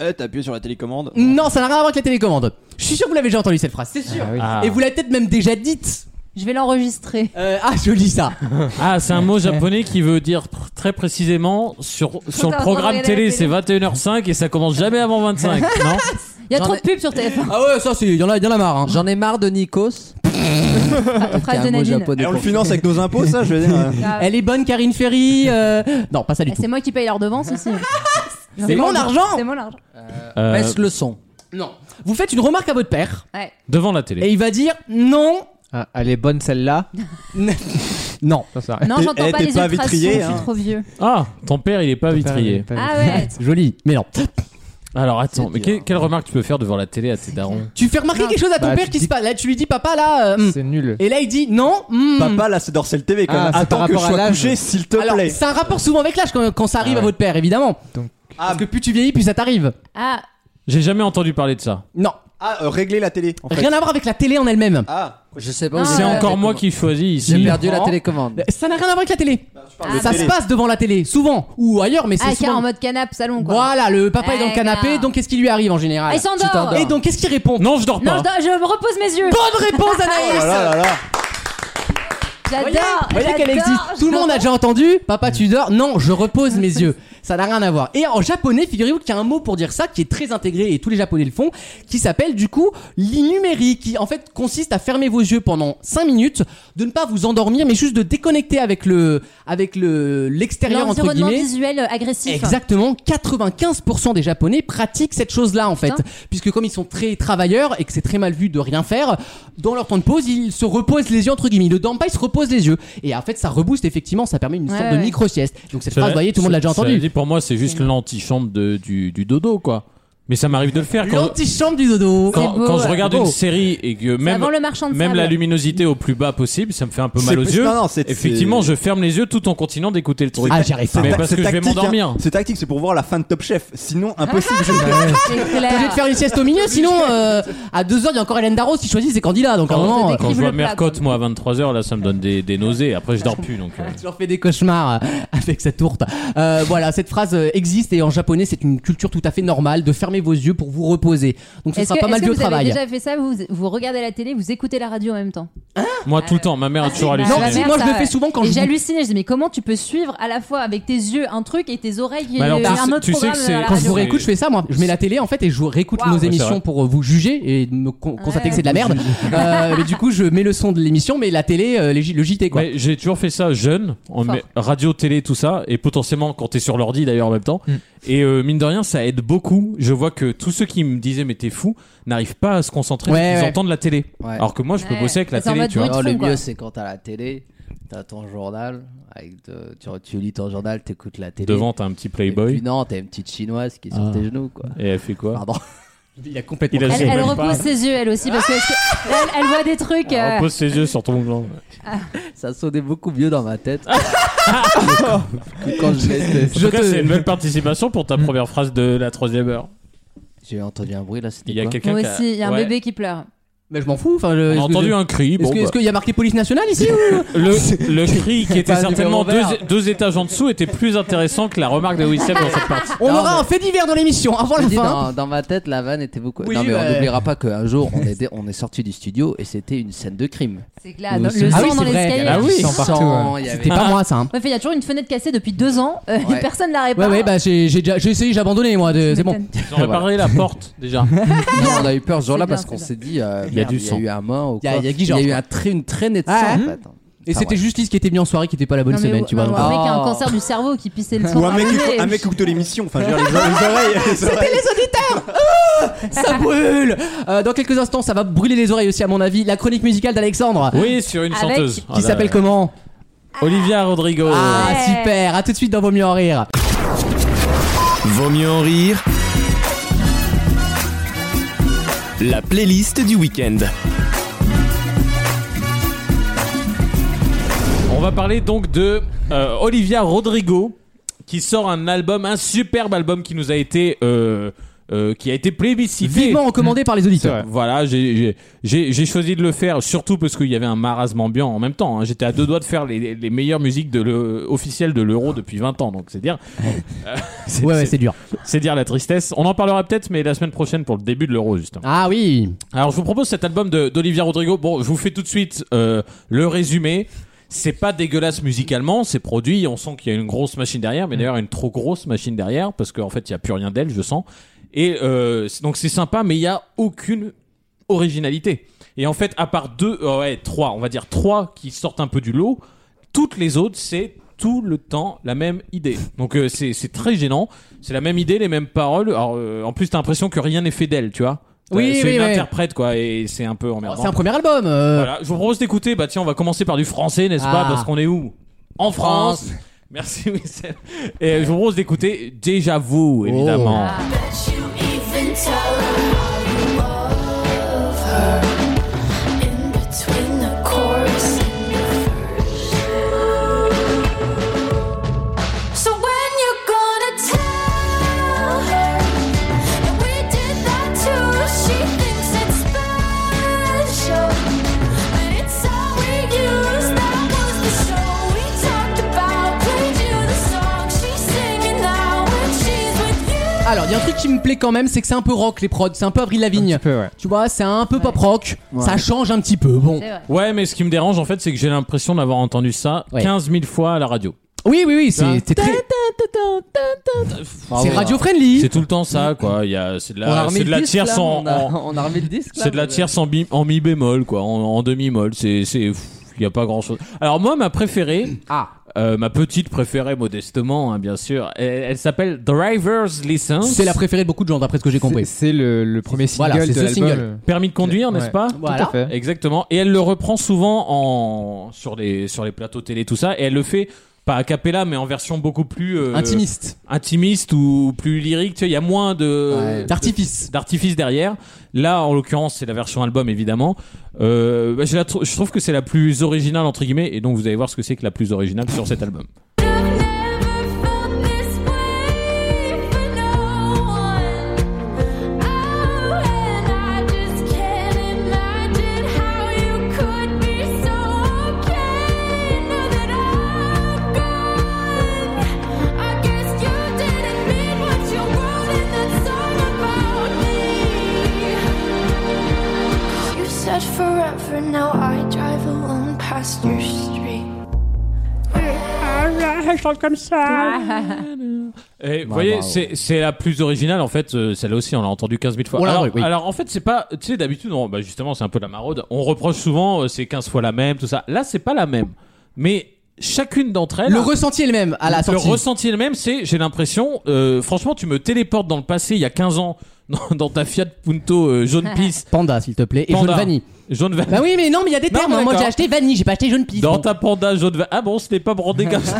Speaker 2: Eh, t'as appuyé sur la télécommande.
Speaker 3: Non, ça n'a rien à voir avec la télécommande. Je suis sûr que vous l'avez déjà entendu cette phrase, c'est sûr.
Speaker 7: Ah oui.
Speaker 4: Ah,
Speaker 3: Et vous l'avez peut-être même déjà dite.
Speaker 6: Je vais l'enregistrer.
Speaker 3: Euh, ah, joli ça.
Speaker 4: Ah, c'est un mot japonais qui veut dire pr- très précisément sur, sur le
Speaker 6: t'as
Speaker 4: programme
Speaker 6: regardé la
Speaker 4: télé,
Speaker 6: télé.
Speaker 4: c'est 21h05 et ça commence jamais avant 25, non
Speaker 6: Il y a
Speaker 5: J'en
Speaker 6: trop
Speaker 5: ai-
Speaker 6: de pubs sur téléphone.
Speaker 3: Ah ouais, ça c'est, y en a, y en a marre. hein.
Speaker 5: J'en ai marre de Nikos.
Speaker 6: Phrase
Speaker 5: Qui est
Speaker 6: de
Speaker 5: un mot
Speaker 6: Nadine.
Speaker 5: japonais
Speaker 2: Et on le
Speaker 5: pour-
Speaker 2: finance avec nos impôts, ça, je veux dire. euh.
Speaker 6: Ah,
Speaker 3: Elle est bonne, Karine Ferry. euh, Non, pas ça du
Speaker 6: eh,
Speaker 3: tout.
Speaker 6: C'est moi qui paye leur devance aussi.
Speaker 3: C'est mon argent.
Speaker 6: C'est mon argent.
Speaker 4: Euh,
Speaker 5: Baisse le son.
Speaker 3: Non. Vous faites une remarque à votre père
Speaker 6: Ouais.
Speaker 4: Devant la télé.
Speaker 3: et il va dire non,
Speaker 7: Ah, elle est bonne celle-là.
Speaker 3: non.
Speaker 7: Ça, ça-
Speaker 6: Non,
Speaker 2: T'es-
Speaker 6: j'entends
Speaker 2: eh,
Speaker 6: pas
Speaker 2: t'es
Speaker 6: les ultrasons,
Speaker 2: pas
Speaker 6: je
Speaker 2: vitrier,
Speaker 6: suis
Speaker 2: hein.
Speaker 6: trop vieux.
Speaker 4: Ah, ton père, il est pas vitrier.
Speaker 6: Ah ouais.
Speaker 3: Joli, mais non.
Speaker 4: Alors attends, mais que- quelle remarque tu peux faire devant la télé à tes darons
Speaker 3: Tu fais remarquer quelque chose à ton
Speaker 7: Bah,
Speaker 3: père
Speaker 7: tu
Speaker 3: qui
Speaker 7: dis-
Speaker 3: se passe. Là, tu lui dis papa là. euh, hmm.
Speaker 7: C'est nul.
Speaker 3: Et là, il dit non. hmm.
Speaker 2: Papa, là, c'est Dorsel TV quand
Speaker 7: Ah,
Speaker 2: même.
Speaker 7: c'est
Speaker 2: Attends
Speaker 7: par
Speaker 2: que je
Speaker 7: rapport à
Speaker 2: sois
Speaker 7: l'âge.
Speaker 2: couché, s'il te
Speaker 3: Alors,
Speaker 2: plaît.
Speaker 3: c'est un rapport souvent avec l'âge quand, quand ça arrive à votre père, évidemment.
Speaker 7: Donc-
Speaker 3: Parce que plus tu vieillis, plus ça t'arrive.
Speaker 6: Ah,
Speaker 4: J'ai jamais entendu parler de ça.
Speaker 3: Non,
Speaker 2: Ah, euh, régler la télé. En fait.
Speaker 3: rien à voir avec la télé en elle-même.
Speaker 2: Ah,
Speaker 5: Je sais pas où
Speaker 6: Ah,
Speaker 5: j'ai
Speaker 4: C'est
Speaker 5: la
Speaker 4: encore moi
Speaker 5: télécommande.
Speaker 4: qui choisis
Speaker 5: J'ai
Speaker 4: ici.
Speaker 5: perdu la
Speaker 3: prends.
Speaker 5: télécommande.
Speaker 3: Ça n'a rien à voir avec la télé.
Speaker 2: je parle de
Speaker 3: Ah, ça
Speaker 2: Bah, télé.
Speaker 3: se passe devant la télé, souvent ou ailleurs, mais c'est
Speaker 6: ah car
Speaker 3: souvent.
Speaker 6: en mode canap salon quoi.
Speaker 3: Voilà, le papa est dans le
Speaker 6: Eh,
Speaker 3: canapé,
Speaker 6: gars.
Speaker 3: donc qu'est-ce qui lui arrive en général
Speaker 6: Ah, il s'endort.
Speaker 5: Tu t'endors.
Speaker 3: Et donc qu'est-ce qu'il répond
Speaker 4: Non, je dors
Speaker 6: Non,
Speaker 4: pas.
Speaker 6: je, dois- je me repose mes yeux.
Speaker 3: Bonne réponse
Speaker 2: Oh là
Speaker 3: Anaïs
Speaker 2: là là là.
Speaker 6: J'adore.
Speaker 3: Voyez, voyez qu'elle
Speaker 6: j'adore,
Speaker 3: existe. Tout le
Speaker 6: j'adore.
Speaker 3: monde a déjà entendu Papa, tu dors Non, je repose mes yeux. Ça n'a rien à voir. Et en japonais, figurez-vous qu'il y a un mot pour dire ça qui est très intégré et tous les japonais le font, qui s'appelle du coup l'inumérie, qui en fait consiste à fermer vos yeux pendant 5 minutes, de ne pas vous endormir, mais juste de déconnecter avec le avec le l'extérieur entre
Speaker 6: L'environnement
Speaker 3: guillemets.
Speaker 6: visuel euh, agressif.
Speaker 3: Exactement, 95% des Japonais pratiquent cette chose-là en fait,
Speaker 6: Putain.
Speaker 3: puisque comme ils sont très travailleurs et que c'est très mal vu de rien faire, dans leur temps de pause, ils se reposent les yeux entre guillemets, ils ne dorment pas, ils se reposent les yeux. Et en fait, ça rebooste effectivement, ça permet une
Speaker 6: Ouais,
Speaker 3: sorte
Speaker 6: ouais.
Speaker 3: de micro-sieste. Donc cette
Speaker 4: Cela-
Speaker 3: phrase, Ah, vous voyez, tout le monde l'a déjà
Speaker 4: cela
Speaker 3: entendu.
Speaker 4: dit, pour moi, c'est juste l'antichambre de- du, du dodo, quoi. Mais ça m'arrive de le faire quand,
Speaker 3: L'antichambre du dodo.
Speaker 4: quand,
Speaker 6: C'est beau,
Speaker 4: quand je
Speaker 6: ouais.
Speaker 4: regarde
Speaker 3: C'est beau.
Speaker 4: une série et que
Speaker 6: Même,
Speaker 4: même,
Speaker 6: avant le marchand de
Speaker 4: même
Speaker 6: sable.
Speaker 4: la luminosité au plus bas possible, ça me fait un peu mal
Speaker 2: C'est
Speaker 4: aux
Speaker 2: plus-
Speaker 4: yeux.
Speaker 2: non, non, c'est-
Speaker 4: Effectivement,
Speaker 2: c'est-
Speaker 4: je ferme les yeux tout en continuant d'écouter le truc.
Speaker 3: Ah, j'y arrive pas.
Speaker 4: Mais
Speaker 2: ta-
Speaker 4: parce que je vais
Speaker 2: tactique,
Speaker 4: m'endormir.
Speaker 2: hein. C'est tactique, c'est pour voir la fin de Top Chef. Sinon, impossible. je-
Speaker 6: C'est
Speaker 3: T'es obligé
Speaker 6: clair.
Speaker 3: de faire une sieste au milieu, sinon euh, à 2h, il y a encore Hélène Darros qui choisit ses candidats. Donc à un
Speaker 4: Quand,
Speaker 3: moment,
Speaker 6: se
Speaker 3: euh,
Speaker 4: quand je vois
Speaker 6: le plat,
Speaker 4: Mercotte, moi, à 23h, là, ça me donne des, des nausées. Après, je dors plus, donc. euh.
Speaker 3: Tu leur fais des cauchemars euh, avec sa tourte. Euh, voilà, cette phrase euh, existe et en japonais, c'est une culture tout à fait normale de fermer vos yeux pour vous reposer. Donc ce
Speaker 6: Est-ce
Speaker 3: sera
Speaker 6: que,
Speaker 3: pas mal
Speaker 6: est-ce
Speaker 3: vu
Speaker 6: que
Speaker 3: au
Speaker 6: vous avez
Speaker 3: travail.
Speaker 6: déjà fait ça vous, vous regardez la télé, vous écoutez la radio en même temps.
Speaker 4: Moi, tout le temps, ma mère a toujours
Speaker 6: Ah,
Speaker 4: halluciné.
Speaker 3: Non,
Speaker 6: Ma
Speaker 3: si,
Speaker 6: mère,
Speaker 3: moi je
Speaker 6: ça,
Speaker 3: le fais
Speaker 6: ouais.
Speaker 3: souvent quand
Speaker 6: et
Speaker 3: je.
Speaker 6: j'hallucinais, je dis mais comment tu peux suivre à la fois avec tes yeux un truc et tes oreilles
Speaker 4: Mais alors,
Speaker 6: euh,
Speaker 4: tu
Speaker 6: un
Speaker 4: sais-
Speaker 6: autre
Speaker 4: tu sais que
Speaker 6: programme
Speaker 4: c'est-
Speaker 6: à la
Speaker 3: Quand je
Speaker 6: radio.
Speaker 3: vous réécoute, je fais ça moi. Je mets la télé en fait et je réécoute
Speaker 6: Waouh.
Speaker 3: nos
Speaker 6: Ouais,
Speaker 4: c'est
Speaker 3: émissions
Speaker 4: vrai.
Speaker 3: pour euh, vous juger et me con- constater que c'est de la merde. Euh, mais du coup, je mets le son de l'émission, mais la télé, euh, les J- le JT quoi.
Speaker 4: Mais j'ai toujours fait ça jeune, en
Speaker 6: Fort.
Speaker 4: mais- radio, télé, tout ça, et potentiellement quand t'es sur l'ordi d'ailleurs en même temps.
Speaker 2: Hmm.
Speaker 4: Et euh, mine de rien, ça aide beaucoup. Je vois que tous ceux qui me disaient mais t'es fou n'arrivent pas à se concentrer,
Speaker 3: Ouais,
Speaker 4: parce qu'ils
Speaker 3: ouais.
Speaker 4: entendent la télé.
Speaker 5: Ouais.
Speaker 4: Alors que moi, je peux
Speaker 6: Ouais.
Speaker 4: bosser avec la
Speaker 6: C'est en
Speaker 4: télé,
Speaker 6: mode
Speaker 4: tu vois.
Speaker 6: bruit. de
Speaker 5: Non, Oh, le
Speaker 6: fond, quoi.
Speaker 5: mieux, c'est quand t'as la télé, t'as ton journal, avec de- tu, tu lis ton journal, t'écoutes la télé.
Speaker 4: Devant, t'as un petit
Speaker 5: Et
Speaker 4: Playboy.
Speaker 5: puis non, t'as une petite chinoise qui est sur
Speaker 4: Ah.
Speaker 5: tes genoux, quoi.
Speaker 4: Et elle fait quoi
Speaker 5: Pardon.
Speaker 3: Il a complètement.
Speaker 4: Il a-
Speaker 6: Elle,
Speaker 4: Je
Speaker 6: elle
Speaker 4: sais même pas.
Speaker 6: repose ses yeux elle aussi parce que
Speaker 3: Ah.
Speaker 6: elle, elle voit des trucs. euh,
Speaker 4: Elle pose Ah, ses yeux sur ton gland.
Speaker 5: Ça sonnait beaucoup mieux dans ma tête. que quand je l'ai
Speaker 4: En tout cas, c'est une belle participation pour
Speaker 3: Hmm.
Speaker 4: ta première phrase de la troisième heure.
Speaker 5: J'ai entendu un bruit là, c'était
Speaker 4: Il y a
Speaker 5: quoi
Speaker 4: quelqu'un
Speaker 6: Moi
Speaker 4: qui a-
Speaker 6: aussi, il y a un
Speaker 4: Ouais.
Speaker 6: bébé qui pleure.
Speaker 3: Mais je m'en fous. Enfin,
Speaker 4: On a entendu un cri.
Speaker 3: Est-ce
Speaker 4: bon,
Speaker 3: que-
Speaker 4: bah.
Speaker 3: est-ce qu'il y a marqué police nationale ici ou-
Speaker 4: Le, le cri qui était
Speaker 3: Pas un
Speaker 4: certainement
Speaker 3: numéro vert.
Speaker 4: deux, deux étages en dessous était plus intéressant que la remarque de Wissem dans cette partie.
Speaker 3: On
Speaker 5: Non,
Speaker 3: aura
Speaker 5: mais-
Speaker 3: un fait divers dans l'émission hein, avant
Speaker 5: Je
Speaker 3: la
Speaker 5: dis,
Speaker 3: fin.
Speaker 5: dans, dans ma tête, la vanne était beaucoup.
Speaker 3: Oui,
Speaker 5: non, mais
Speaker 3: bah-
Speaker 5: on n'oubliera pas qu'un jour, on est, on est sorti du studio et c'était une scène de crime.
Speaker 6: C'est clair.
Speaker 5: Oui,
Speaker 6: dans-
Speaker 5: c'est-
Speaker 6: le
Speaker 3: Ah oui,
Speaker 6: sang dans
Speaker 3: c'est vrai.
Speaker 6: l'escalier.
Speaker 4: Ah oui.
Speaker 5: Sans
Speaker 7: partout,
Speaker 5: sang, il y avait-
Speaker 3: C'était
Speaker 4: Ah.
Speaker 3: pas moi ça. hein.
Speaker 6: Ouais, fait, il y a toujours une fenêtre cassée depuis deux ans. euh,
Speaker 5: Ouais.
Speaker 6: Personne ne la
Speaker 3: Ouais
Speaker 6: répare.
Speaker 3: ouais bah j'ai j'ai déjà- j'ai essayé j'ai abandonné moi
Speaker 6: Bah,
Speaker 3: de- c'est bon.
Speaker 4: Ils ont réparé
Speaker 3: bah.
Speaker 4: la porte déjà.
Speaker 5: Non, on a eu peur ce jour-là
Speaker 6: C'est bien,
Speaker 5: parce qu'on
Speaker 6: c'est
Speaker 5: s'est dit, euh,
Speaker 4: Il
Speaker 5: merde, il
Speaker 4: y a du sang.
Speaker 5: eu un mort ou
Speaker 3: Il y a-
Speaker 5: quoi.
Speaker 3: il y a Guy
Speaker 5: Il
Speaker 3: Georges,
Speaker 5: y a eu
Speaker 3: quoi.
Speaker 5: un trai- une traînée de sang,
Speaker 3: Ah,
Speaker 5: en
Speaker 3: hein.
Speaker 5: fait.
Speaker 3: Et
Speaker 5: Enfin,
Speaker 3: c'était
Speaker 5: bref.
Speaker 3: juste Lise qui était venue en soirée qui était pas la bonne
Speaker 6: Non, mais
Speaker 3: semaine
Speaker 6: ou-
Speaker 3: tu vois.
Speaker 6: non,
Speaker 3: donc.
Speaker 6: Un mec qui a un
Speaker 5: Oh.
Speaker 6: cancer du cerveau qui pissait le sang.
Speaker 2: Ou un mec,
Speaker 6: dans le
Speaker 2: écoute-
Speaker 6: nez.
Speaker 2: un mec qui écoute l'émission. Enfin, je veux dire, les, les oreilles. les oreilles.
Speaker 3: les auditeurs Ça brûle Euh, Dans quelques instants, ça va brûler les oreilles aussi, à mon avis. La chronique musicale d'Alexandre,
Speaker 4: Oui, sur une
Speaker 6: Avec-
Speaker 4: chanteuse.
Speaker 6: qui
Speaker 4: Ah, là,
Speaker 3: qui s'appelle
Speaker 4: là.
Speaker 3: comment
Speaker 4: Olivia Rodrigo.
Speaker 3: Ah,
Speaker 6: Ouais.
Speaker 3: super À tout de suite dans Vos mieux en rire.
Speaker 1: Vaut mieux en rire. La playlist du week-end.
Speaker 4: On va parler donc de euh, Olivia Rodrigo qui sort un album, un superbe album qui nous a été euh, euh, qui a été plébiscité.
Speaker 3: Vivement recommandé par les auditeurs.
Speaker 7: C'est vrai.
Speaker 4: Voilà, j'ai- j'ai- j'ai j'ai choisi de le faire, surtout parce qu'il y avait un marasme ambiant en même temps. hein. J'étais à deux doigts de faire les, les meilleures musiques de le- officielles de l'euro depuis 20 ans, donc c'est dire. Euh, c'est-
Speaker 3: Ouais, ouais,
Speaker 4: c'est-
Speaker 3: c'est dur.
Speaker 4: c'est dire la tristesse. On en parlera peut-être, mais la semaine prochaine pour le début de l'euro, justement.
Speaker 3: Ah oui.
Speaker 4: Alors, je vous propose cet album de- d'Olivia Rodrigo. Bon, je vous fais tout de suite euh, le résumé. C'est pas dégueulasse musicalement, c'est produit. On sent qu'il y a une grosse machine derrière,
Speaker 3: Mm.
Speaker 4: mais d'ailleurs une trop grosse machine derrière, parce qu'en fait, il n'y a plus rien d'elle, je sens. Et euh, c'est- donc, c'est sympa, mais il n'y a aucune originalité. Et en fait, à part deux, euh, ouais, trois, on va dire trois qui sortent un peu du lot, toutes les autres, c'est tout le temps la même idée. Donc euh, c'est c'est très gênant. C'est la même idée, les mêmes paroles. Alors, euh, en plus, t'as l'impression que rien n'est fait d'elle, tu vois.
Speaker 3: Oui,
Speaker 4: Euh, c'est
Speaker 3: oui,
Speaker 4: une
Speaker 3: oui.
Speaker 4: interprète, quoi, et c'est un peu emmerdant.
Speaker 3: C'est un premier album. euh,
Speaker 4: Voilà, je vous propose d'écouter. Bah tiens, on va commencer par du français, n'est-ce pas
Speaker 3: Ah.
Speaker 4: Parce qu'on est où En France. Merci, Wissem. Et je vous propose d'écouter Déjà vous, évidemment.
Speaker 3: Alors, il y a un truc qui me plaît quand même, c'est que c'est un peu rock les prods, c'est un peu Avril Lavigne.
Speaker 7: Un petit peu, ouais.
Speaker 3: Tu vois, c'est un peu pop rock, ça change un petit peu. Bon.
Speaker 6: C'est vrai.
Speaker 4: Ouais, mais ce qui me dérange, en fait, c'est que j'ai l'impression d'avoir entendu ça
Speaker 3: Ouais.
Speaker 4: 15 000 fois à la radio.
Speaker 3: Oui, oui, oui, c'est
Speaker 4: Tin,
Speaker 3: c'est très. C'est radio friendly.
Speaker 4: C'est tout le temps ça, quoi. Il y a, c'est de la, c'est de la tierce en-
Speaker 5: on, a,
Speaker 4: en-
Speaker 5: on a remis le disque. là,
Speaker 4: C'est de la
Speaker 3: Bah,
Speaker 5: mais-
Speaker 4: tierce en, bi- en mi bémol, quoi, en, en demi molle. C'est, c'est, pff, y a pas grand chose. Alors moi, ma préférée,
Speaker 3: Ah.
Speaker 4: euh, ma petite préférée, modestement, hein, bien sûr. Elle, elle s'appelle Driver's License.
Speaker 3: C'est la préférée de beaucoup de gens, d'après ce que j'ai
Speaker 7: C'est-
Speaker 3: compris.
Speaker 7: C'est le, le premier single
Speaker 3: Voilà, c'est
Speaker 7: de
Speaker 3: ce
Speaker 7: l'album.
Speaker 3: single.
Speaker 7: euh,
Speaker 4: permis de conduire, n'est-ce
Speaker 7: Ouais.
Speaker 4: pas
Speaker 3: Voilà.
Speaker 7: Tout à fait.
Speaker 4: Exactement. Et elle le reprend souvent en sur les sur les plateaux télé, tout ça. Et elle le fait pas a cappella, mais en version beaucoup plus euh,
Speaker 3: Intimiste.
Speaker 4: intimiste ou plus lyrique. Tu sais, il y a moins de de-
Speaker 3: D'artifice.
Speaker 4: d'artifice derrière. Là, en l'occurrence, c'est la version album, évidemment. Euh, bah, je, la trou- je trouve que c'est la plus originale, entre guillemets, et donc vous allez voir ce que c'est que la plus originale sur cet album.
Speaker 6: Oh,
Speaker 10: You said forever, now I drive alone past your street.
Speaker 4: Et vous voyez, c'est c'est la plus originale, en fait, euh, celle-là aussi, on l'a entendu 15 000 fois.
Speaker 3: On l'a
Speaker 4: alors,
Speaker 3: entendu, oui.
Speaker 4: alors, en fait, c'est pas, tu sais, d'habitude, on- bah, justement, c'est un peu la maraude. On reproche souvent, euh, c'est 15 fois la même, tout ça. Là, c'est pas la même. Mais chacune d'entre elles.
Speaker 3: Le ressenti est le même à la
Speaker 4: le
Speaker 3: sortie.
Speaker 4: ressenti est le même, c'est j'ai l'impression, euh, franchement, tu me téléportes dans le passé il y a 15 ans, dans, dans ta Fiat Punto euh, jaune pisse,
Speaker 3: Panda, s'il te plaît, et
Speaker 4: Panda.
Speaker 3: jaune vanille.
Speaker 4: jaune vanille.
Speaker 3: Bah oui, mais non, mais il y a des
Speaker 4: Non,
Speaker 3: termes.
Speaker 4: mais
Speaker 3: hein. Moi, j'ai
Speaker 4: d'accord.
Speaker 3: acheté vanille, j'ai pas acheté jaune pisse.
Speaker 4: Dans
Speaker 3: Bon.
Speaker 4: ta panda jaune vanille. Ah bon, ce n'est pas brandé comme ça.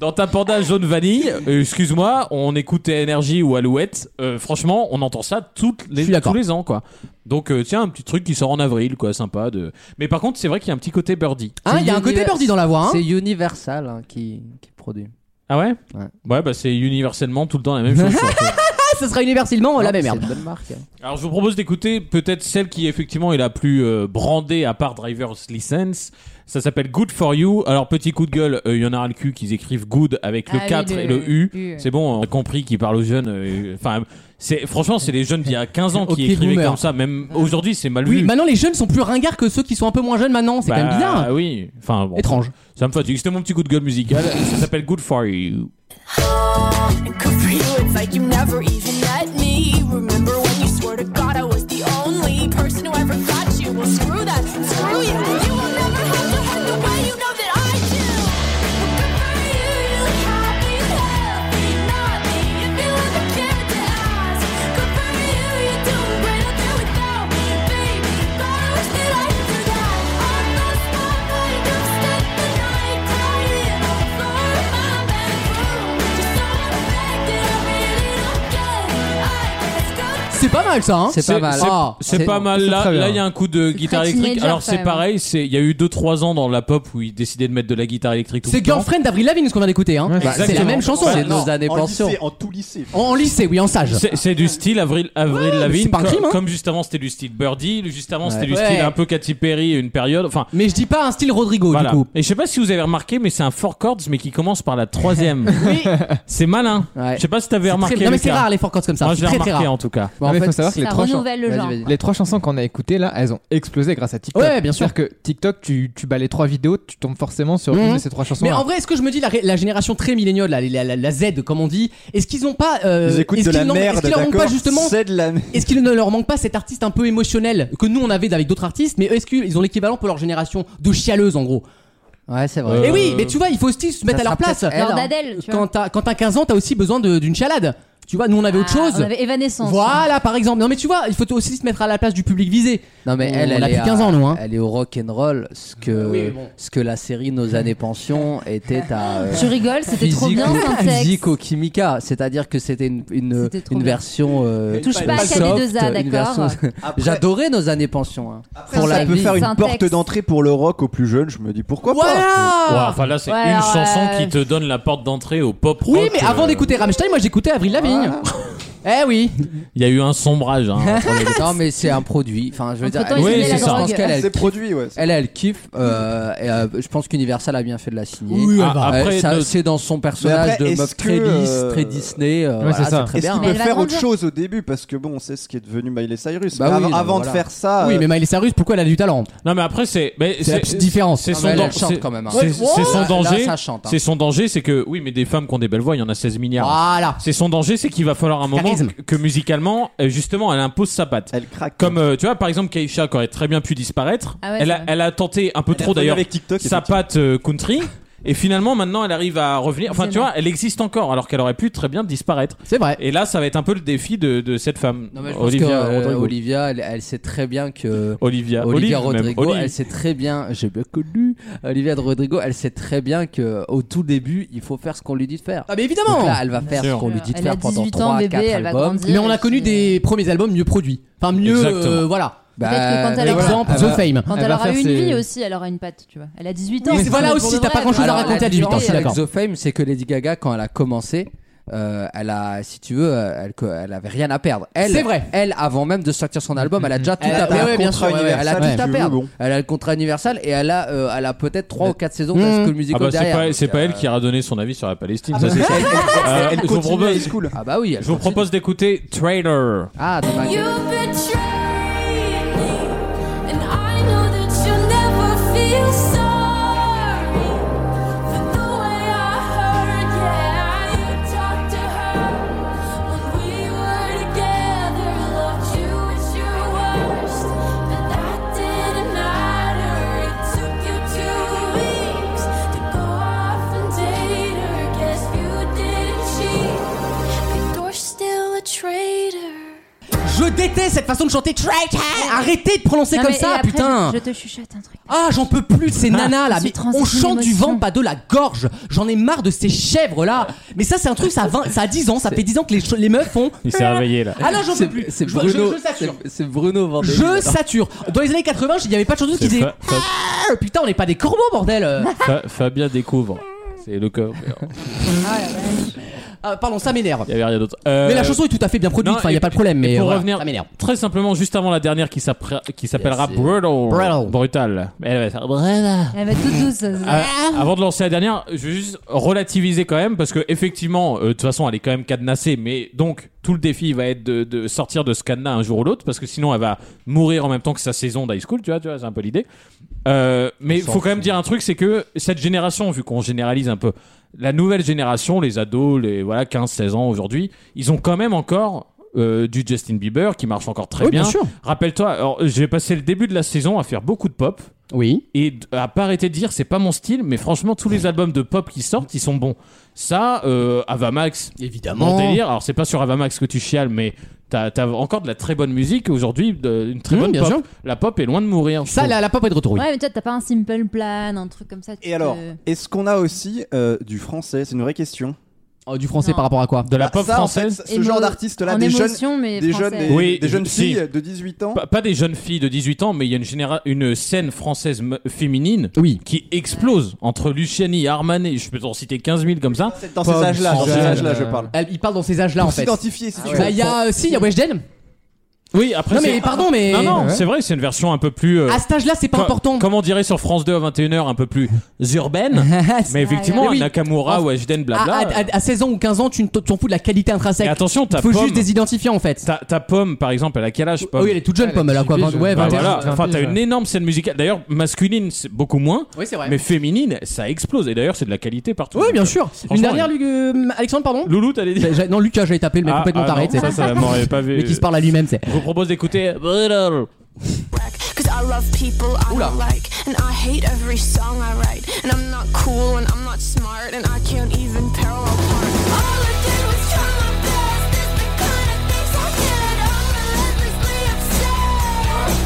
Speaker 4: Dans ta panda jaune vanille, euh, excuse-moi, on écoutait Énergie ou Alouette. euh, franchement, on entend ça toutes
Speaker 3: Je
Speaker 4: les,
Speaker 3: suis d'accord.
Speaker 4: tous les ans, quoi. Donc, euh, tiens, un petit truc qui sort en avril, quoi, sympa. De... Mais par contre, c'est vrai qu'il y a un petit côté birdie.
Speaker 3: Hein, il y a un
Speaker 5: C'est
Speaker 3: côté
Speaker 5: univers-
Speaker 3: birdie dans la voix. hein.
Speaker 5: C'est Universal hein, qui, qui produit.
Speaker 4: Ah ouais
Speaker 5: Ouais.
Speaker 4: bah c'est universellement tout le temps la même chose. surtout.
Speaker 3: Ah, ce sera universellement la
Speaker 5: Non,
Speaker 3: même
Speaker 5: mais c'est
Speaker 3: merde.
Speaker 5: une bonne marque. hein.
Speaker 4: Alors, je vous propose d'écouter peut-être celle qui, effectivement, est la plus euh, brandée à part Driver's License. Ça s'appelle Good for You. Alors, petit coup de gueule, euh, il y en a ras le cul qu'ils écrivent good avec le
Speaker 6: Ah oui,
Speaker 4: 4
Speaker 6: le-
Speaker 4: et le U.
Speaker 6: U, ouais.
Speaker 4: C'est bon, on a compris qu'ils parlent aux jeunes. euh, Enfin, c'est franchement, c'est les jeunes d'il y a 15 ans qui
Speaker 3: Ok,
Speaker 4: écrivaient
Speaker 3: boomer.
Speaker 4: comme ça. Même aujourd'hui, c'est mal
Speaker 3: Oui,
Speaker 4: vu.
Speaker 3: maintenant les jeunes sont plus ringards que ceux qui sont un peu moins jeunes maintenant. C'est quand même
Speaker 4: Bah,
Speaker 3: bizarre.
Speaker 4: Oui, enfin bon.
Speaker 3: Étrange.
Speaker 4: Ça me fatigue. C'était mon petit coup de gueule musical. ça s'appelle Good for You.
Speaker 10: And good for you, it's like you never even met me. Remember when you swore to God I was the only person who ever got you? Well, screw that, screw you. You will never have to hurt the way you know that I do. Well, good for you, you look happy, healthy, not me. If you ever cared to ask, good for you, you're doing great out there without me, baby. God, I wish that I could do that. I'm the spotlight, you spent the night crying all over my bedroom. Just so I begged that I really don't get it. I guess good
Speaker 3: pas mal ça, hein
Speaker 5: C'est pas mal.
Speaker 4: c'est-
Speaker 3: Ah,
Speaker 4: C'est pas mal.
Speaker 7: c'est
Speaker 4: Là,
Speaker 7: très bien.
Speaker 4: là, il y a un coup de guitare
Speaker 6: très
Speaker 4: électrique.
Speaker 6: teenager,
Speaker 4: Alors,
Speaker 6: quand
Speaker 4: c'est
Speaker 6: même.
Speaker 4: pareil. C'est, il y a eu 2-3 ans dans la pop où ils décidaient de mettre de la guitare électrique. tout
Speaker 3: C'est
Speaker 4: le temps.
Speaker 3: Girlfriend d'Avril Lavigne ce qu'on vient d'écouter, hein.
Speaker 7: Ouais.
Speaker 5: Bah,
Speaker 3: C'est la
Speaker 4: Exactement.
Speaker 3: même chanson.
Speaker 5: C'est nos années
Speaker 2: en
Speaker 5: pension.
Speaker 2: lycée, en tout lycée.
Speaker 3: En, en lycée, oui, en sage.
Speaker 4: C'est, c'est du style Avril, Avril Lavigne.
Speaker 3: c'est pas un
Speaker 4: co-
Speaker 3: crime, hein.
Speaker 4: Comme juste avant, c'était du style Birdie. Juste avant, c'était du
Speaker 3: Ouais.
Speaker 4: style un peu Katy Perry, une période. Enfin,
Speaker 3: Mais je dis pas un style Rodrigo
Speaker 4: voilà.
Speaker 3: du coup.
Speaker 4: Et je sais pas si vous avez remarqué, mais c'est un four chords, mais qui commence par la troisième. C'est malin.
Speaker 5: Ouais.
Speaker 4: Je sais pas si t'avais
Speaker 3: C'est
Speaker 4: remarqué.
Speaker 3: très- Non mais c'est
Speaker 4: Lucas.
Speaker 3: rare les four chords comme ça.
Speaker 4: Moi, je
Speaker 3: C'est
Speaker 4: l'ai
Speaker 3: très très
Speaker 4: remarqué
Speaker 3: rare.
Speaker 4: en tout cas.
Speaker 5: Bon, en
Speaker 7: mais
Speaker 5: fait,
Speaker 7: faut savoir que les
Speaker 6: ça
Speaker 7: trois,
Speaker 6: renouvelle le
Speaker 5: Vas-y,
Speaker 6: genre.
Speaker 5: vas-y.
Speaker 7: les trois chansons qu'on a écoutées là, elles ont explosé grâce à TikTok.
Speaker 3: Ouais, bien sûr.
Speaker 7: C'est-à-dire que TikTok, tu, tu bats les trois vidéos, tu tombes forcément sur une
Speaker 3: Mhm.
Speaker 7: de ces trois chansons.
Speaker 3: Mais en vrai, est-ce que je me dis la, ré- la génération très milléniale, la, la, la- la Z comme on dit, est-ce qu'ils ont pas, euh,
Speaker 2: Ils écoutent
Speaker 3: est-ce
Speaker 2: de
Speaker 3: qu'ils
Speaker 2: la
Speaker 3: n'en-
Speaker 2: merde,
Speaker 3: est-ce qu'ils leur manque
Speaker 2: d'accord
Speaker 3: pas justement,
Speaker 2: C'est de la merde.
Speaker 3: est-ce qu'il ne leur manque pas cet artiste un peu émotionnel que nous on avait avec d'autres artistes, mais est-ce qu'ils ont l'équivalent pour leur génération de chialeuse en gros
Speaker 5: Ouais, c'est vrai.
Speaker 4: Euh,
Speaker 3: Et Eh oui, mais tu vois, il faut aussi se mettre
Speaker 5: ça
Speaker 3: à leur
Speaker 5: sera
Speaker 3: place.
Speaker 5: peut-être elle,
Speaker 6: Genre
Speaker 5: hein.
Speaker 6: d'Adèle, tu vois.
Speaker 3: Quand t'as quand t'as 15 ans, t'as aussi besoin de- d'une chalade. Tu vois, nous on avait autre
Speaker 6: Ah,
Speaker 3: chose.
Speaker 6: On avait Evanescence.
Speaker 3: Voilà, par exemple. Non, mais tu vois, il faut aussi se mettre à la place du public visé.
Speaker 5: Non mais
Speaker 3: On
Speaker 5: elle, elle
Speaker 3: a
Speaker 5: est
Speaker 3: plus
Speaker 5: à-
Speaker 3: 15 ans, nous, hein.
Speaker 5: Elle est au rock and roll, ce que
Speaker 3: Oui, bon.
Speaker 5: ce que la série Nos années pension était à euh,
Speaker 6: Je rigole, c'était trop bien
Speaker 5: physico-
Speaker 6: sans texte.
Speaker 5: physico-chimica, c'est-à-dire que c'était une une,
Speaker 6: C'était trop
Speaker 5: une
Speaker 6: bien.
Speaker 5: version euh,
Speaker 6: Touche pas à
Speaker 5: soft,
Speaker 6: Kali2A,
Speaker 5: une
Speaker 6: d'accord.
Speaker 5: version-
Speaker 2: Après- Ah,
Speaker 5: J'adorais Nos années pension. hein.
Speaker 2: Après,
Speaker 5: Pour
Speaker 2: ça
Speaker 5: la
Speaker 2: peut
Speaker 5: vie.
Speaker 2: faire une
Speaker 6: Syntaxe.
Speaker 2: porte d'entrée pour le rock aux plus jeunes. Je me dis pourquoi pas.
Speaker 4: Ouais,
Speaker 3: Voilà
Speaker 4: enfin là, c'est
Speaker 6: Ouais,
Speaker 4: une
Speaker 6: alors,
Speaker 4: chanson
Speaker 6: euh,
Speaker 4: qui te donne la porte d'entrée au pop rock.
Speaker 3: Oui, mais avant
Speaker 4: euh,
Speaker 3: d'écouter Rammstein, moi j'écoutais Avril Lavigne. Eh oui.
Speaker 4: Il y a eu un sombrage. hein, entre les deux.
Speaker 5: non mais c'est un produit. Enfin, je veux dire,
Speaker 6: Entre-temps,
Speaker 5: elle-
Speaker 4: ils Oui, aimaient la
Speaker 5: je pense
Speaker 6: drogue.
Speaker 5: qu'elle elle,
Speaker 2: C'est produit, ouais.
Speaker 5: elle, elle kiffe. euh, et, euh, je pense qu'Universal a bien fait de la signer.
Speaker 4: Ah,
Speaker 3: bah.
Speaker 4: après,
Speaker 5: Euh, ça,
Speaker 4: ne-
Speaker 5: c'est dans son personnage
Speaker 2: Mais après,
Speaker 5: de meuf
Speaker 2: est-ce que,
Speaker 5: très lisse,
Speaker 2: euh,
Speaker 5: très Disney.
Speaker 7: Ouais,
Speaker 5: euh, voilà,
Speaker 7: c'est ça.
Speaker 5: c'est très
Speaker 2: Est-ce
Speaker 5: bien.
Speaker 2: qu'il
Speaker 6: Mais
Speaker 2: peut
Speaker 6: elle va
Speaker 2: faire autre
Speaker 6: grandir.
Speaker 2: chose au début Parce que bon, on sait ce qui est devenu Miley Cyrus.
Speaker 5: Bah
Speaker 2: Mais
Speaker 5: oui,
Speaker 2: av-
Speaker 5: non,
Speaker 2: avant
Speaker 5: voilà.
Speaker 2: de faire ça.
Speaker 3: Oui,
Speaker 2: euh,
Speaker 3: mais Miley Cyrus, pourquoi elle a du talent
Speaker 4: Non, mais après, c'est. mais
Speaker 3: C'est la petite différence.
Speaker 4: C'est
Speaker 5: Non,
Speaker 4: son,
Speaker 5: mais elle,
Speaker 4: dan-
Speaker 5: elle chante
Speaker 4: c'est-
Speaker 5: quand même, hein.
Speaker 4: c'est- c'est son
Speaker 5: Là,
Speaker 4: danger.
Speaker 5: ça chante, hein. Ah.
Speaker 4: C'est son danger, c'est que oui, mais des femmes qui ont des belles voix, il y en a 16 milliards.
Speaker 3: Voilà.
Speaker 4: C'est son danger, c'est qu'il va falloir un moment
Speaker 3: Charisme.
Speaker 4: que, que musicalement, euh, justement, elle impose sa patte.
Speaker 2: Elle craque.
Speaker 4: Comme euh, tu vois, par exemple, Keisha, qui aurait très bien pu disparaître,
Speaker 6: Ah ouais,
Speaker 4: elle,
Speaker 6: c'est
Speaker 4: a,
Speaker 6: vrai.
Speaker 4: elle a tenté un peu
Speaker 2: Elle est
Speaker 4: trop
Speaker 2: revenue
Speaker 4: d'ailleurs
Speaker 2: avec TikTok,
Speaker 4: sa
Speaker 2: effectivement.
Speaker 4: patte euh, country. Et finalement, maintenant, elle arrive à revenir. Enfin, tu vois, elle existe encore, alors qu'elle aurait pu très bien disparaître.
Speaker 3: C'est vrai.
Speaker 4: Et là, ça va être un peu le défi de, de cette femme,
Speaker 5: Non, mais je pense
Speaker 4: Olivia
Speaker 5: que, euh,
Speaker 4: Rodrigo.
Speaker 5: Olivia, elle, elle sait très bien que.
Speaker 4: Olivia,
Speaker 5: Olivia
Speaker 4: Olive, même.
Speaker 5: Rodrigo,
Speaker 4: Olive.
Speaker 5: elle sait très bien, j'ai bien connu Olivia de Rodrigo, elle sait très bien que euh, au tout début, il faut faire ce qu'on lui dit de faire.
Speaker 3: Ah, mais
Speaker 5: Donc
Speaker 3: évidemment.
Speaker 5: là, elle va faire
Speaker 4: sûr.
Speaker 5: ce qu'on lui dit de
Speaker 6: Elle a
Speaker 5: faire pendant
Speaker 6: 18 ans,
Speaker 5: 3
Speaker 6: bébé,
Speaker 5: 4
Speaker 6: elle va
Speaker 5: albums.
Speaker 6: grandir.
Speaker 3: Mais on a connu
Speaker 6: Et-
Speaker 3: des premiers albums mieux produits. Enfin, mieux.
Speaker 4: Exactement.
Speaker 3: euh, voilà. Ah bah.
Speaker 5: Bah,
Speaker 6: Peut-être que quand elle aura-
Speaker 3: Exemple,
Speaker 5: elle
Speaker 3: The
Speaker 5: va-
Speaker 3: Fame.
Speaker 6: Quand
Speaker 7: Elle
Speaker 6: elle
Speaker 7: va
Speaker 6: aura
Speaker 7: faire
Speaker 6: eu une
Speaker 7: ses-
Speaker 6: vie aussi, elle aura une patte, tu vois. Elle a 18 ans.
Speaker 3: Oui,
Speaker 6: c'est
Speaker 3: voilà
Speaker 6: pour
Speaker 3: aussi,
Speaker 6: de
Speaker 3: t'as
Speaker 6: vrai,
Speaker 3: pas grand-chose à
Speaker 6: alors,
Speaker 3: raconter
Speaker 6: la
Speaker 3: à 18 ans,
Speaker 6: durée,
Speaker 3: je suis
Speaker 6: euh,
Speaker 3: d'accord.
Speaker 5: Avec The Fame, c'est que Lady Gaga, quand elle a commencé, euh, elle a, si tu veux, euh, elle, elle avait rien à perdre. Elle,
Speaker 3: C'est vrai.
Speaker 5: Elle, avant même de sortir son album, elle a déjà tout
Speaker 3: Elle a-
Speaker 5: à
Speaker 3: ouais,
Speaker 5: perdre.
Speaker 3: ouais, bien sûr, ouais, ouais.
Speaker 5: Elle
Speaker 2: Universal,
Speaker 5: a tout à
Speaker 2: si tu
Speaker 5: perdre.
Speaker 2: veux, bon.
Speaker 5: Elle a le contrat universal et elle a, euh, elle a peut-être 3 ou 4 saisons
Speaker 3: Mmh.
Speaker 5: de
Speaker 4: Ah
Speaker 5: musical
Speaker 4: bah, c'est
Speaker 5: derrière.
Speaker 4: pas, c'est
Speaker 5: Donc,
Speaker 4: pas elle
Speaker 5: euh,
Speaker 4: qui aura donné son avis sur la
Speaker 3: Ah
Speaker 4: Palestine.
Speaker 3: bah,
Speaker 4: ça, Ah bah, c'est sûr.
Speaker 2: Elle,
Speaker 4: Euh,
Speaker 2: elle
Speaker 4: je vous
Speaker 2: continue à
Speaker 4: propose,
Speaker 2: high school.
Speaker 5: Ah bah oui. Elle
Speaker 4: je vous propose d'écouter Trailer.
Speaker 5: Ah, dommage.
Speaker 10: You betrayed me, and I know that you'll never feel sorry for the way I hurt. Yeah, you talked to her when we were together. Loved you at your worst, but that didn't matter. It took you two weeks to go off and date her. Guess you didn't cheat, but you're still a traitor.
Speaker 3: Je déteste cette façon de chanter Traitor. Arrêtez de prononcer
Speaker 6: Ah. Non,
Speaker 3: comme
Speaker 6: mais- et
Speaker 3: ça,
Speaker 6: après,
Speaker 3: putain.
Speaker 6: Je je te chuchote un truc.
Speaker 3: Ah, j'en peux plus de ces nanas là.
Speaker 6: Je suis
Speaker 3: Mais
Speaker 6: transmise
Speaker 3: on chante du
Speaker 6: d'émotion.
Speaker 3: ventre, pas de la gorge. J'en ai marre de ces chèvres là. Mais ça, c'est un truc, ça a, 20 ça a 10 ans, ça fait 10 ans que les, cho- les meufs font.
Speaker 4: Il s'est réveillé là.
Speaker 3: Ah non, j'en peux
Speaker 5: C'est-
Speaker 3: plus.
Speaker 5: C'est
Speaker 3: Je- je-
Speaker 5: Bruno.
Speaker 3: je sature.
Speaker 5: c'est- C'est Bruno Vandel.
Speaker 3: Je sature. Dans les années 80, il n'y avait pas de chanteuse qui
Speaker 4: C'est
Speaker 3: disait
Speaker 4: Fa- Fa-
Speaker 3: Ah, Putain, on n'est pas des corbeaux, bordel.
Speaker 4: Fa- Fabien découvre. C'est le corps.
Speaker 3: Ah, pardon, ça m'énerve.
Speaker 4: Il y avait rien d'autre.
Speaker 3: Mais
Speaker 4: Euh,
Speaker 3: la chanson est tout à fait bien produite,
Speaker 4: non,
Speaker 3: enfin, il n'y
Speaker 4: et
Speaker 3: a pas de
Speaker 4: puis-
Speaker 3: problème.
Speaker 4: et
Speaker 3: Mais
Speaker 4: pour
Speaker 3: voilà,
Speaker 4: revenir-
Speaker 3: ça m'énerve.
Speaker 4: Très simplement, juste avant la dernière qui s'appra- qui s'appellera
Speaker 5: Yes,
Speaker 4: Brutal.
Speaker 3: Brutal.
Speaker 4: Brutal. Mais elle va faire Brutal.
Speaker 6: Elle va être toute douce. ça, ça.
Speaker 3: Ah.
Speaker 4: Euh, avant de lancer la dernière, je veux juste relativiser quand même parce que effectivement, euh, de toute façon, elle est quand même cadenassée. Mais donc tout le défi va être de, de sortir de ce cadenas un jour ou l'autre parce que sinon elle va mourir en même temps que sa saison d'high school. Tu vois, tu vois, c'est un peu l'idée. Euh, mais il faut quand même dire un truc, c'est que cette génération, vu qu'on généralise un peu, la nouvelle génération, les ados, les voilà 15-16 ans aujourd'hui, ils ont quand même encore. euh, du Justin Bieber qui marche encore très
Speaker 3: Oui,
Speaker 4: bien.
Speaker 3: bien sûr.
Speaker 4: Rappelle-toi, alors, euh, j'ai passé le début de la saison à faire beaucoup de pop
Speaker 3: Oui.
Speaker 4: et d- à pas arrêter de dire c'est pas mon style mais franchement tous les albums de pop qui sortent ils sont bons ça euh, Avamax
Speaker 3: Évidemment.
Speaker 4: mon délire alors c'est pas sur Avamax que tu chiales mais t'as as encore de la très bonne musique aujourd'hui de- une très
Speaker 3: Mmh,
Speaker 4: bonne
Speaker 3: bien
Speaker 4: pop
Speaker 3: sûr.
Speaker 4: la pop est loin de mourir je
Speaker 3: Ça,
Speaker 4: trouve.
Speaker 3: la, la pop est de retour. oui.
Speaker 6: Ouais, mais tu vois, t'as pas un simple plan, un truc comme ça. tu
Speaker 2: Et alors,
Speaker 6: te-
Speaker 2: euh, est-ce qu'on a aussi euh, du français C'est une vraie question.
Speaker 3: Oh, du français par rapport à quoi
Speaker 4: De la pop
Speaker 2: Bah, ça, en fait,
Speaker 4: française
Speaker 2: ce genre d'artiste-là,
Speaker 6: en
Speaker 2: des jeunes,
Speaker 6: émotion, mais
Speaker 2: des jeunes,
Speaker 6: français.
Speaker 2: des,
Speaker 4: Oui,
Speaker 2: des jeunes
Speaker 4: si.
Speaker 2: filles de 18 ans.
Speaker 4: pas, pas des jeunes filles de 18 ans, mais il y a une, généra- une scène française m- féminine
Speaker 3: Oui.
Speaker 4: qui explose entre Luciani, Armanet, je peux t'en citer 15 000 comme ça.
Speaker 2: Dans ces âges-là, dans ces
Speaker 4: jeune,
Speaker 2: âges-là, je
Speaker 7: euh,
Speaker 2: parle.
Speaker 3: Euh, Il parle dans ces âges-là en
Speaker 2: Pour
Speaker 3: fait.
Speaker 2: s'identifier, si tu veux.
Speaker 3: Bah, il y a, euh, si, il y a Weshden.
Speaker 4: Oui, après
Speaker 3: Non,
Speaker 4: c'est-
Speaker 3: mais pardon, mais.
Speaker 4: Non, non,
Speaker 7: Ouais.
Speaker 4: c'est vrai, c'est une version un peu plus. euh,
Speaker 3: À cet âge-là, c'est pas
Speaker 4: co-
Speaker 3: important.
Speaker 4: Comment on dirait sur France 2 à 21h, un peu plus urbaine. mais effectivement,
Speaker 3: Mais oui. En-
Speaker 4: Nakamura,
Speaker 3: ah,
Speaker 4: Weshden,
Speaker 3: à,
Speaker 4: blabla.
Speaker 3: à- à- à 16 ans ou 15 ans, tu ne t- t'en fous de la qualité
Speaker 4: Et
Speaker 3: intrinsèque.
Speaker 4: attention, ta
Speaker 3: Faut
Speaker 4: pomme,
Speaker 3: juste des identifier en fait.
Speaker 4: ta, ta pomme, par exemple, elle a quel âge
Speaker 3: Oh,
Speaker 4: pomme
Speaker 3: oui, elle est toute jeune,
Speaker 7: Elle a
Speaker 3: Pomme, elle a quoi
Speaker 7: 18,
Speaker 3: 20 Ouais,
Speaker 7: je-
Speaker 4: Bah
Speaker 3: 21.
Speaker 4: voilà,
Speaker 7: vingt
Speaker 4: enfin
Speaker 7: piges,
Speaker 4: t'as une
Speaker 7: ouais.
Speaker 4: énorme scène musicale. D'ailleurs, masculine, c'est beaucoup moins,
Speaker 3: Oui, c'est vrai.
Speaker 4: mais féminine, ça explose. Et d'ailleurs, c'est de la qualité partout.
Speaker 3: Oui,
Speaker 4: Donc,
Speaker 3: bien
Speaker 4: euh,
Speaker 3: sûr. Une
Speaker 4: franchement,
Speaker 3: dernière, Luc, euh, Alexandre, pardon
Speaker 4: Loulou, t'allais dire
Speaker 3: J'ai- j'ai- Non, Lucas, j'avais tapé le mec
Speaker 4: Ah,
Speaker 3: complètement
Speaker 4: ah,
Speaker 3: taré,
Speaker 4: non,
Speaker 3: tu sais.
Speaker 4: Ça, ça m'aurait pas vu.
Speaker 3: Mais qui se parle à lui-même, c'est.
Speaker 4: Je vous propose d'écouter Thriller.
Speaker 10: Cause I love people I don't like, and I hate every song I write. And I'm not cool, and I'm not smart, and I can't even parallel park. All I did was try my best. It's the kind of things I get. I'm relentlessly obsessed.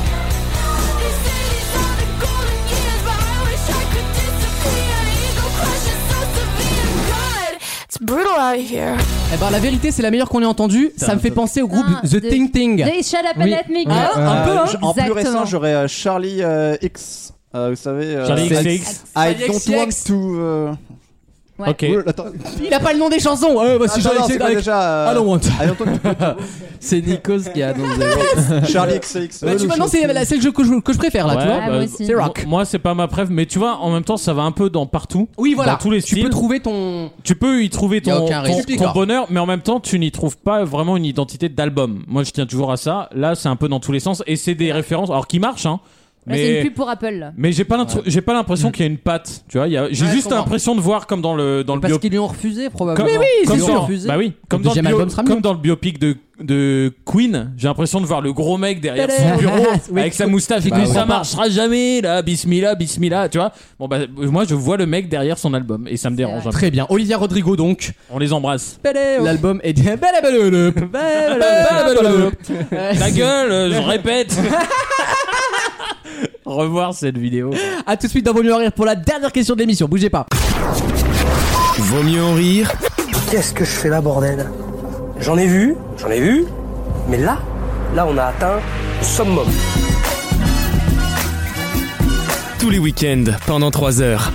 Speaker 10: They say these are the golden years, but I wish I could disappear. Ego crush is so severe. God, it's brutal out here.
Speaker 3: Eh ben, la vérité, c'est la meilleure qu'on ait entendue. Ça me fait penser au groupe
Speaker 6: Putain,
Speaker 3: The
Speaker 6: de-
Speaker 3: Ting Ting.
Speaker 6: They shut up and
Speaker 3: Oui.
Speaker 6: let me go.
Speaker 7: Ah,
Speaker 2: Euh,
Speaker 7: un peu, hein.
Speaker 2: j- En plus
Speaker 6: Exactement.
Speaker 2: récent, j'aurais euh, Charlie euh, X. Euh, vous savez, euh,
Speaker 4: Charlie
Speaker 2: I-
Speaker 4: XX.
Speaker 2: I
Speaker 3: Charlie
Speaker 2: don't want
Speaker 3: XX.
Speaker 2: to. euh,
Speaker 6: Ouais.
Speaker 4: Ok.
Speaker 2: oh, attends.
Speaker 3: Il a pas le nom des chansons. Euh, bah, si
Speaker 2: Ah,
Speaker 3: j'en ai
Speaker 2: non,
Speaker 3: essayé
Speaker 2: c'est quoi
Speaker 3: avec- hein.
Speaker 2: déjà
Speaker 3: I
Speaker 4: Ah
Speaker 2: euh,
Speaker 3: don't want.
Speaker 2: I don't want
Speaker 5: C'est Nikos qui a annoncé.
Speaker 2: to- Charlie XX.
Speaker 3: Bah, tu vois, non, c'est la- c'est le jeu que je, que je préfère là, tu
Speaker 4: Ouais,
Speaker 3: vois.
Speaker 6: Ah, moi aussi.
Speaker 3: C'est rock.
Speaker 4: Moi, c'est pas ma préf, mais tu vois, en même temps, ça va un peu dans partout.
Speaker 3: Oui, voilà.
Speaker 4: Dans tous les
Speaker 3: tu
Speaker 4: styles.
Speaker 3: peux trouver ton.
Speaker 4: Tu peux y trouver
Speaker 5: Y a
Speaker 4: ton,
Speaker 5: aucun
Speaker 4: ton-
Speaker 5: risque.
Speaker 4: ton bonheur, mais en même temps, tu n'y trouves pas vraiment une identité d'album. Moi, je tiens toujours à ça. Là, c'est un peu dans tous les sens, et c'est des références, alors qui marchent, hein.
Speaker 6: Là, Ah, C'est une
Speaker 4: Mais,
Speaker 6: pub pour Apple. là.
Speaker 4: mais j'ai pas l'intro- j'ai pas l'impression qu'il y a une patte, tu vois. il y a- J'ai
Speaker 5: Ouais, je
Speaker 4: juste
Speaker 5: comprends.
Speaker 4: l'impression de voir comme dans le dans le
Speaker 5: Parce
Speaker 4: bio.
Speaker 5: qu'ils lui ont refusé
Speaker 3: Ah
Speaker 5: probablement.
Speaker 4: Comme-
Speaker 5: Ils
Speaker 4: comme
Speaker 5: lui ont
Speaker 4: dans-
Speaker 5: refusé.
Speaker 4: Bah oui, comme
Speaker 3: Le
Speaker 4: dans le,
Speaker 3: deuxième
Speaker 4: bio-
Speaker 3: album sera mieux.
Speaker 4: comme dans le biopic de, de Queen, j'ai l'impression de voir le gros mec derrière son
Speaker 3: Tadam.
Speaker 4: bureau
Speaker 3: Oui,
Speaker 4: avec
Speaker 3: qui-
Speaker 4: sa moustache.
Speaker 3: qui
Speaker 4: Mais
Speaker 3: comprend
Speaker 4: ça
Speaker 3: pas.
Speaker 4: marchera jamais là, bismillah, bismillah, tu vois. Bon bah moi je vois le mec derrière son album et ça me dérange.
Speaker 6: vrai.
Speaker 4: un peu.
Speaker 3: Très bien. Olivia Rodrigo, donc.
Speaker 4: On les embrasse.
Speaker 5: Eh
Speaker 3: L'album est. Ta
Speaker 4: Ta gueule, euh, je répète. Revoir cette vidéo.
Speaker 3: A tout de suite dans Vos mieux en rire pour la dernière question de l'émission. Bougez pas.
Speaker 1: Vaut mieux en rire
Speaker 8: Qu'est-ce que je fais là, bordel J'en ai vu, j'en ai vu, mais là, là, on a atteint le summum.
Speaker 1: tous les week-ends pendant 3 heures.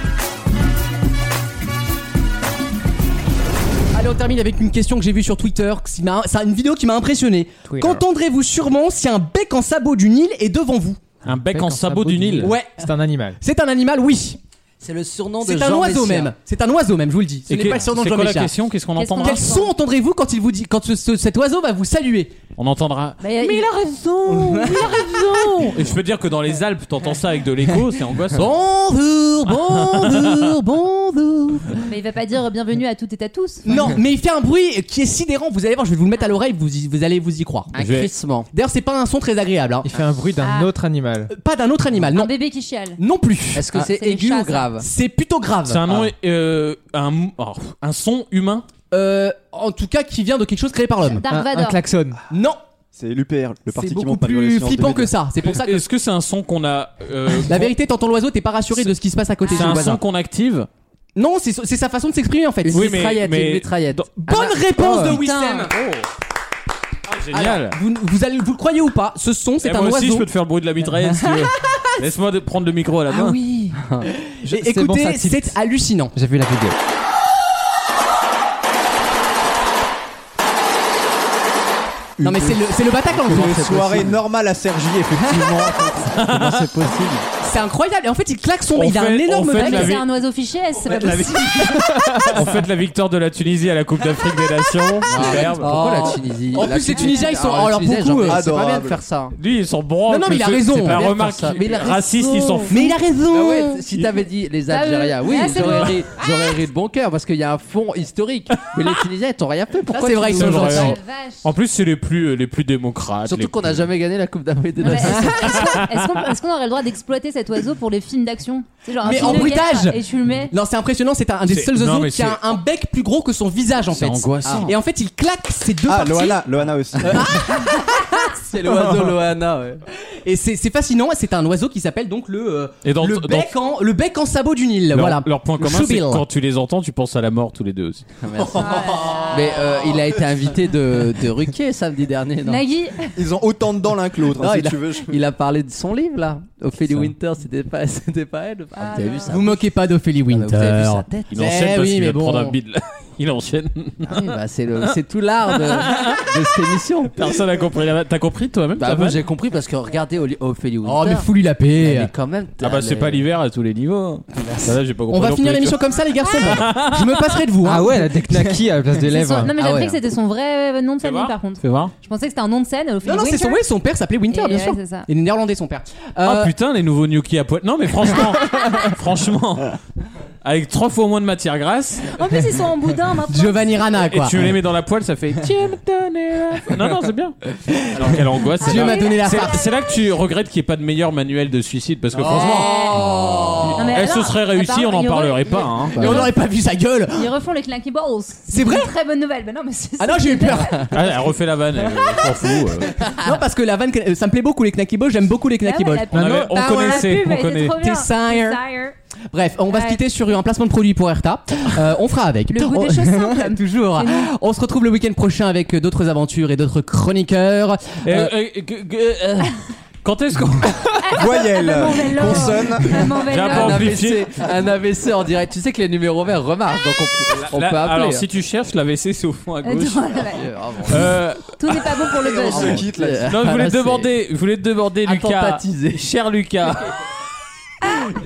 Speaker 3: Allez, on termine avec une question que j'ai vue sur Twitter. que c'est ma- C'est une vidéo qui m'a impressionné. Qu'entendrez-vous sûrement si un bec en sabot du Nil est devant vous
Speaker 4: Un bec en sabot du Nil.
Speaker 3: Ouais.
Speaker 7: C'est un animal.
Speaker 3: C'est un animal, oui.
Speaker 5: C'est le surnom de
Speaker 3: C'est un
Speaker 5: Jean
Speaker 3: oiseau
Speaker 5: Messia.
Speaker 3: même. C'est un oiseau même, je vous le dis. Ce
Speaker 4: Et
Speaker 3: n'est
Speaker 4: que-
Speaker 3: pas le surnom de
Speaker 4: c'est
Speaker 3: Jean
Speaker 4: quoi la
Speaker 3: Messia.
Speaker 4: question Qu'est-ce qu'on
Speaker 6: Qu'est-ce qu'on
Speaker 4: entendra
Speaker 3: Quel son entendrez-vous quand il vous dit quand ce- ce- cet oiseau va vous saluer
Speaker 4: On entendra.
Speaker 6: Bah, il-
Speaker 4: a raison. Il a raison. Et je peux dire que dans les Alpes, t'entends ça avec de l'écho, c'est
Speaker 3: Ah.
Speaker 4: angoissant.
Speaker 3: Bonjour, bonjour, bonjour.
Speaker 6: Mais il va pas dire bienvenue à toutes et à tous.
Speaker 3: Non, mais il fait un bruit qui est sidérant. Vous allez voir, je vais vous le mettre à l'oreille. Vous, y- vous allez vous y croire.
Speaker 5: Un
Speaker 4: Je vais-
Speaker 5: crissement.
Speaker 3: D'ailleurs, c'est pas un son très agréable. hein.
Speaker 7: Il fait un bruit d'un
Speaker 6: Ah.
Speaker 7: autre animal.
Speaker 3: Pas d'un autre animal,
Speaker 6: Un
Speaker 3: non,
Speaker 6: bébé qui chiale.
Speaker 3: non plus.
Speaker 5: Est-ce que
Speaker 6: Ah,
Speaker 5: c'est hein.
Speaker 6: c'est les
Speaker 5: aigu
Speaker 6: chats,
Speaker 5: ou
Speaker 6: ça.
Speaker 5: grave
Speaker 3: C'est plutôt grave.
Speaker 4: C'est un nom,
Speaker 3: Ah.
Speaker 4: euh, un, oh, un son humain.
Speaker 3: Euh, en tout cas, qui vient de quelque chose créé par l'homme.
Speaker 6: Dark
Speaker 7: Un, un
Speaker 6: Vador.
Speaker 7: klaxon.
Speaker 5: Ah.
Speaker 3: Non,
Speaker 2: C'est l'UPR, le
Speaker 3: c'est
Speaker 2: parti qui
Speaker 3: beaucoup
Speaker 2: monte pas de
Speaker 3: plus
Speaker 2: violation en
Speaker 3: flippant
Speaker 2: 2002.
Speaker 3: que ça. C'est pour ça que
Speaker 4: Est-ce que c'est un son qu'on a euh,
Speaker 3: la
Speaker 4: qu'on-
Speaker 3: vérité, t'entends l'oiseau, t'es pas rassuré de ce qui se passe à côté
Speaker 4: C'est
Speaker 3: du
Speaker 4: un
Speaker 3: voisin.
Speaker 4: son qu'on active.
Speaker 3: Non, c'est c'est sa façon de s'exprimer en fait.
Speaker 5: Une
Speaker 4: Oui, mais-
Speaker 5: mitraillette,
Speaker 4: mais-
Speaker 5: une mitraillette.
Speaker 4: Dans-
Speaker 3: Bonne
Speaker 5: Ah,
Speaker 3: réponse
Speaker 5: oh.
Speaker 3: de Wissem.
Speaker 4: Ah, génial.
Speaker 3: Alors, vous, vous allez, vous le croyez ou pas Ce son, Eh, c'est
Speaker 4: Eh,
Speaker 3: un
Speaker 4: moi aussi, je
Speaker 3: oiseau. Ah
Speaker 4: peux te faire le bruit de la mitraillette si tu veux. Laisse-moi de- prendre le micro à la
Speaker 5: Ah
Speaker 4: main.
Speaker 3: oui.
Speaker 5: Je-
Speaker 3: Et
Speaker 5: c'est bon,
Speaker 3: écoutez,
Speaker 5: ça tilt.
Speaker 3: c'est hallucinant.
Speaker 5: J'ai vu la vidéo.
Speaker 3: Non mais c'est le, c'est le Bataclan. je pense.
Speaker 2: Une soirée normale à Sergi, effectivement.
Speaker 5: Comment c'est possible
Speaker 3: C'est incroyable. Et en fait, il claque son.
Speaker 4: On
Speaker 3: il a un
Speaker 4: fait-
Speaker 3: énorme
Speaker 4: on fait
Speaker 6: Ouais,
Speaker 3: bec.
Speaker 4: la
Speaker 6: mais c'est
Speaker 4: vie-
Speaker 6: un oiseau fiché, c'est pas
Speaker 4: la
Speaker 6: possible.
Speaker 4: On fête la victoire de la Tunisie à la Coupe d'Afrique des Nations. Superbe.
Speaker 3: Oh.
Speaker 5: Pourquoi la Tunisie
Speaker 3: En
Speaker 5: La
Speaker 3: plus, les
Speaker 5: Tunisie-
Speaker 3: Tunisiens, ils sont-
Speaker 5: les
Speaker 3: alors,
Speaker 5: Tunisiens, oh,
Speaker 3: beaucoup,
Speaker 5: j'en ai-
Speaker 2: euh,
Speaker 5: C'est pas bien de
Speaker 2: adorables.
Speaker 5: faire ça.
Speaker 4: Lui, il s'en branle.
Speaker 3: Non, non, mais
Speaker 4: que
Speaker 3: il a
Speaker 4: ce-
Speaker 3: raison.
Speaker 4: La
Speaker 5: Il a
Speaker 4: remarque
Speaker 5: raison. Mais il a
Speaker 4: raciste, il s'en fout.
Speaker 3: Mais il a raison.
Speaker 5: Ah ouais, si t'avais dit les
Speaker 6: Ah,
Speaker 5: Algériens,
Speaker 6: euh,
Speaker 5: oui,
Speaker 6: ah, c'est
Speaker 5: j'aurais
Speaker 6: bon.
Speaker 5: ri, j'aurais ri de bon cœur parce qu'il y a un fond historique. Mais les Tunisiens, ils t'ont rien fait. Pourquoi
Speaker 3: Ah, c'est
Speaker 5: tu
Speaker 3: vrai,
Speaker 5: nous-
Speaker 3: ils sont
Speaker 4: C'est vrai.
Speaker 3: gentils.
Speaker 6: La
Speaker 4: Alors,
Speaker 6: vache.
Speaker 4: En plus, c'est les plus, les plus démocrates. les
Speaker 5: Surtout qu'on n'a
Speaker 4: plus-
Speaker 5: jamais gagné la Coupe d'Afrique des
Speaker 6: Ouais, Est-ce
Speaker 5: Nations.
Speaker 6: qu'on- est-ce qu'on est-ce qu'on aurait le droit d'exploiter cet oiseau pour les films d'action C'est genre un
Speaker 3: Mais
Speaker 6: film
Speaker 3: en
Speaker 6: de guerre
Speaker 3: bruitage.
Speaker 6: Et tu le mets.
Speaker 3: Non, c'est impressionnant, c'est un, un des
Speaker 4: C'est-
Speaker 3: seuls
Speaker 4: non,
Speaker 3: oiseaux
Speaker 4: mais
Speaker 3: qui a
Speaker 4: c'est-
Speaker 3: un bec plus gros que son visage en fait.
Speaker 5: angoissant.
Speaker 3: Et en fait, il claque ses deux
Speaker 2: Ah,
Speaker 5: Euh,
Speaker 3: parties.
Speaker 2: Loana, Loana aussi.
Speaker 3: C'est l'oiseau Loana, ouais. Et c'est c'est fascinant, et c'est un oiseau qui s'appelle donc le, euh,
Speaker 4: Et dans-
Speaker 3: le,
Speaker 4: dans-
Speaker 3: bec en, le bec en sabot du Nil.
Speaker 4: Leur,
Speaker 3: voilà.
Speaker 4: leur point
Speaker 3: Le
Speaker 4: commun, c'est
Speaker 3: choubil.
Speaker 4: que quand tu les entends, tu penses à la mort tous les deux aussi.
Speaker 5: Mais euh, il a été invité de, de Ruquier samedi dernier. non
Speaker 6: Nagui,
Speaker 2: Ils ont autant de dents l'un que l'autre, hein,
Speaker 5: Non,
Speaker 2: si
Speaker 5: il a-
Speaker 2: tu veux. je-
Speaker 5: Il a parlé de son livre là. Ophélie
Speaker 4: ça.
Speaker 5: Winter, c'était pas, c'était pas elle.
Speaker 6: Ah,
Speaker 5: T'as
Speaker 6: non.
Speaker 5: vu ça Ah bah,
Speaker 3: Vous moquez pas d'Ophélie Winter.
Speaker 5: Vous avez vu sa tête
Speaker 4: Il
Speaker 3: Eh
Speaker 4: enchaîne parce
Speaker 3: oui,
Speaker 4: qu'il
Speaker 3: mais
Speaker 4: vient de
Speaker 3: bon.
Speaker 4: prendre un bide. là. Il enchaîne.
Speaker 5: Ah oui, bah, c'est le- c'est tout l'art de, de cette émission.
Speaker 4: Personne n'a compris. la- T'as compris toi-même
Speaker 5: Bah
Speaker 4: ta
Speaker 5: moi
Speaker 4: vanne
Speaker 5: j'ai compris parce que regardez Oli- Ophélie Winter.
Speaker 3: Oh, mais fous-lui la paix.
Speaker 5: elle est quand même.
Speaker 4: Ah bah c'est
Speaker 5: elle est-
Speaker 4: pas l'hiver à tous les niveaux. hein. Ah, là, j'ai pas compris
Speaker 3: bah, On va
Speaker 4: non
Speaker 3: finir
Speaker 4: plus,
Speaker 3: l'émission comme ça, les garçons. Je me passerai de vous. hein.
Speaker 7: Ah ouais, elle a des knackis à la place des
Speaker 6: c'est son-
Speaker 7: lèvres.
Speaker 6: Non, mais j'ai
Speaker 5: Ah
Speaker 6: appris
Speaker 5: ouais.
Speaker 6: que c'était son vrai euh, nom de
Speaker 4: Fais
Speaker 6: famille
Speaker 4: voir.
Speaker 6: par contre.
Speaker 4: tu vois. Fais voir.
Speaker 6: Je pensais que c'était un nom de scène. Ophélie
Speaker 3: Non, non, c'est son,
Speaker 6: Winter.
Speaker 3: oui, son père s'appelait Winter,
Speaker 6: Et
Speaker 3: bien
Speaker 6: ouais,
Speaker 3: sûr.
Speaker 6: c'est ça.
Speaker 3: Il est néerlandais, son père.
Speaker 4: Ah
Speaker 3: Euh,
Speaker 4: putain, les nouveaux gnocchis à poil. Non mais franchement, franchement, avec trois fois moins de matière grasse
Speaker 6: En plus, ils sont en boudin maintenant.
Speaker 3: Giovanni Rana,
Speaker 4: et
Speaker 3: quoi.
Speaker 4: tu les mets dans la poêle, ça fait. Tiens, me donner la- Non non, c'est bien. Alors quelle angoisse. c'est
Speaker 3: Dieu
Speaker 4: là-
Speaker 3: m'a Oh. donné la
Speaker 4: C'est-
Speaker 3: farce.
Speaker 4: C'est là que tu regrettes qu'il n'y ait pas de meilleur manuel de suicide parce que franchement,
Speaker 6: Non, mais
Speaker 3: Eh,
Speaker 4: elle se
Speaker 6: alors,
Speaker 4: serait réussie,
Speaker 6: attends,
Speaker 4: on n'en
Speaker 6: ils re-
Speaker 4: parlerait pas. hein.
Speaker 3: Et on n'aurait pas vu sa gueule.
Speaker 6: Ils refont les Clanky Balls.
Speaker 3: vrai
Speaker 6: une Très bonne nouvelle. Bah non, mais c'est-
Speaker 3: Ah non, j'ai eu peur.
Speaker 4: Ah, elle refait la vanne, elle, on s'en fout. euh.
Speaker 5: Ah
Speaker 3: Non, parce que la vanne, euh, ça me plaît beaucoup les Knacky Balls. J'aime beaucoup les
Speaker 6: Ah ouais,
Speaker 3: Knacky
Speaker 6: la
Speaker 3: Balls.
Speaker 6: pub.
Speaker 4: On, avait-
Speaker 3: non,
Speaker 4: on
Speaker 3: bah ouais,
Speaker 6: La
Speaker 4: connaissait,
Speaker 6: pub,
Speaker 4: on
Speaker 6: elle était
Speaker 4: connaît.
Speaker 6: trop bien.
Speaker 3: Desire.
Speaker 6: Desire.
Speaker 3: Bref, on va
Speaker 6: Ouais.
Speaker 3: se quitter sur un placement de produit pour Erta. Euh, on fera avec.
Speaker 6: Le goût
Speaker 3: On-
Speaker 6: des choses simples.
Speaker 3: Toujours.
Speaker 6: C'est nous.
Speaker 3: On se retrouve le week-end prochain avec euh, d'autres aventures et d'autres chroniqueurs.
Speaker 4: Euh,
Speaker 3: Euh,
Speaker 4: euh, que- que- euh, Quand est-ce qu'on.
Speaker 2: Voyelle,
Speaker 6: Maman Vélo.
Speaker 2: consonne.
Speaker 6: Maman
Speaker 4: J'ai un peu
Speaker 6: Vélo.
Speaker 5: Un
Speaker 4: amplifié.
Speaker 5: AVC, un AVC en direct. Tu sais que les numéros verts remarquent, donc on, peut- on
Speaker 4: Là,
Speaker 5: peut appeler.
Speaker 3: hein.
Speaker 4: alors, si tu cherches, l'AVC, c'est au fond à gauche.
Speaker 6: Attends, ouais.
Speaker 3: Ah,
Speaker 5: Euh, oh,
Speaker 4: Euh,
Speaker 6: Tout n'est pas bon pour le
Speaker 2: On se
Speaker 6: buzz.
Speaker 2: quitte là.
Speaker 4: non, je voulais
Speaker 5: Là,
Speaker 4: te
Speaker 5: c'est
Speaker 4: demander, je voulais te demander, Lucas,
Speaker 5: attentatisé.
Speaker 4: cher Lucas,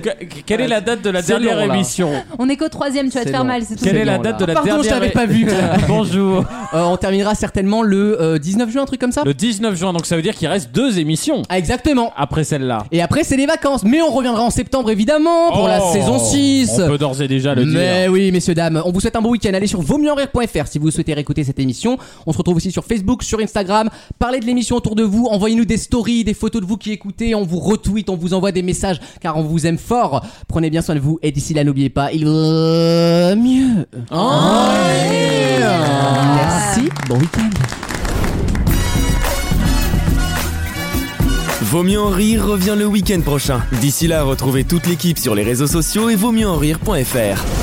Speaker 4: que- quelle est
Speaker 3: Ah,
Speaker 4: la date de la
Speaker 5: C'est
Speaker 4: dernière
Speaker 5: long, là.
Speaker 4: émission
Speaker 6: On est qu'au troisième, tu vas te
Speaker 5: C'est
Speaker 6: faire
Speaker 5: long.
Speaker 6: mal, c'est tout.
Speaker 4: Quelle est,
Speaker 5: long,
Speaker 4: la
Speaker 5: là.
Speaker 4: date de la
Speaker 3: Pardon,
Speaker 4: dernière
Speaker 3: je t'avais pas vu.
Speaker 4: Bonjour.
Speaker 3: euh, on terminera certainement le euh, 19 juin, un truc comme ça.
Speaker 4: Le 19 juin, donc ça veut dire qu'il reste deux émissions
Speaker 3: Ah, exactement.
Speaker 4: après celle-là.
Speaker 3: Et après, c'est les vacances. Mais on reviendra en septembre, évidemment, pour la
Speaker 4: Oh,
Speaker 3: saison 6.
Speaker 4: On peut d'ores et déjà le
Speaker 3: Mais
Speaker 4: dire.
Speaker 3: oui, messieurs, dames, on vous souhaite un bon week-end. Allez sur vaumieuxenrire.fr si vous souhaitez réécouter cette émission. On se retrouve aussi sur Facebook, sur Instagram. Parlez de l'émission autour de vous. Envoyez-nous des stories, des photos de vous qui écoutez. On vous retweet, on vous envoie des messages car on vous aime fort. Prenez bien soin de vous et d'ici là, n'oubliez pas, il vaut mieux. Merci, bon week-end.
Speaker 1: Vaut mieux en rire revient le week-end prochain. D'ici là, retrouvez toute l'équipe sur les réseaux sociaux et vaut mieux en rire.fr.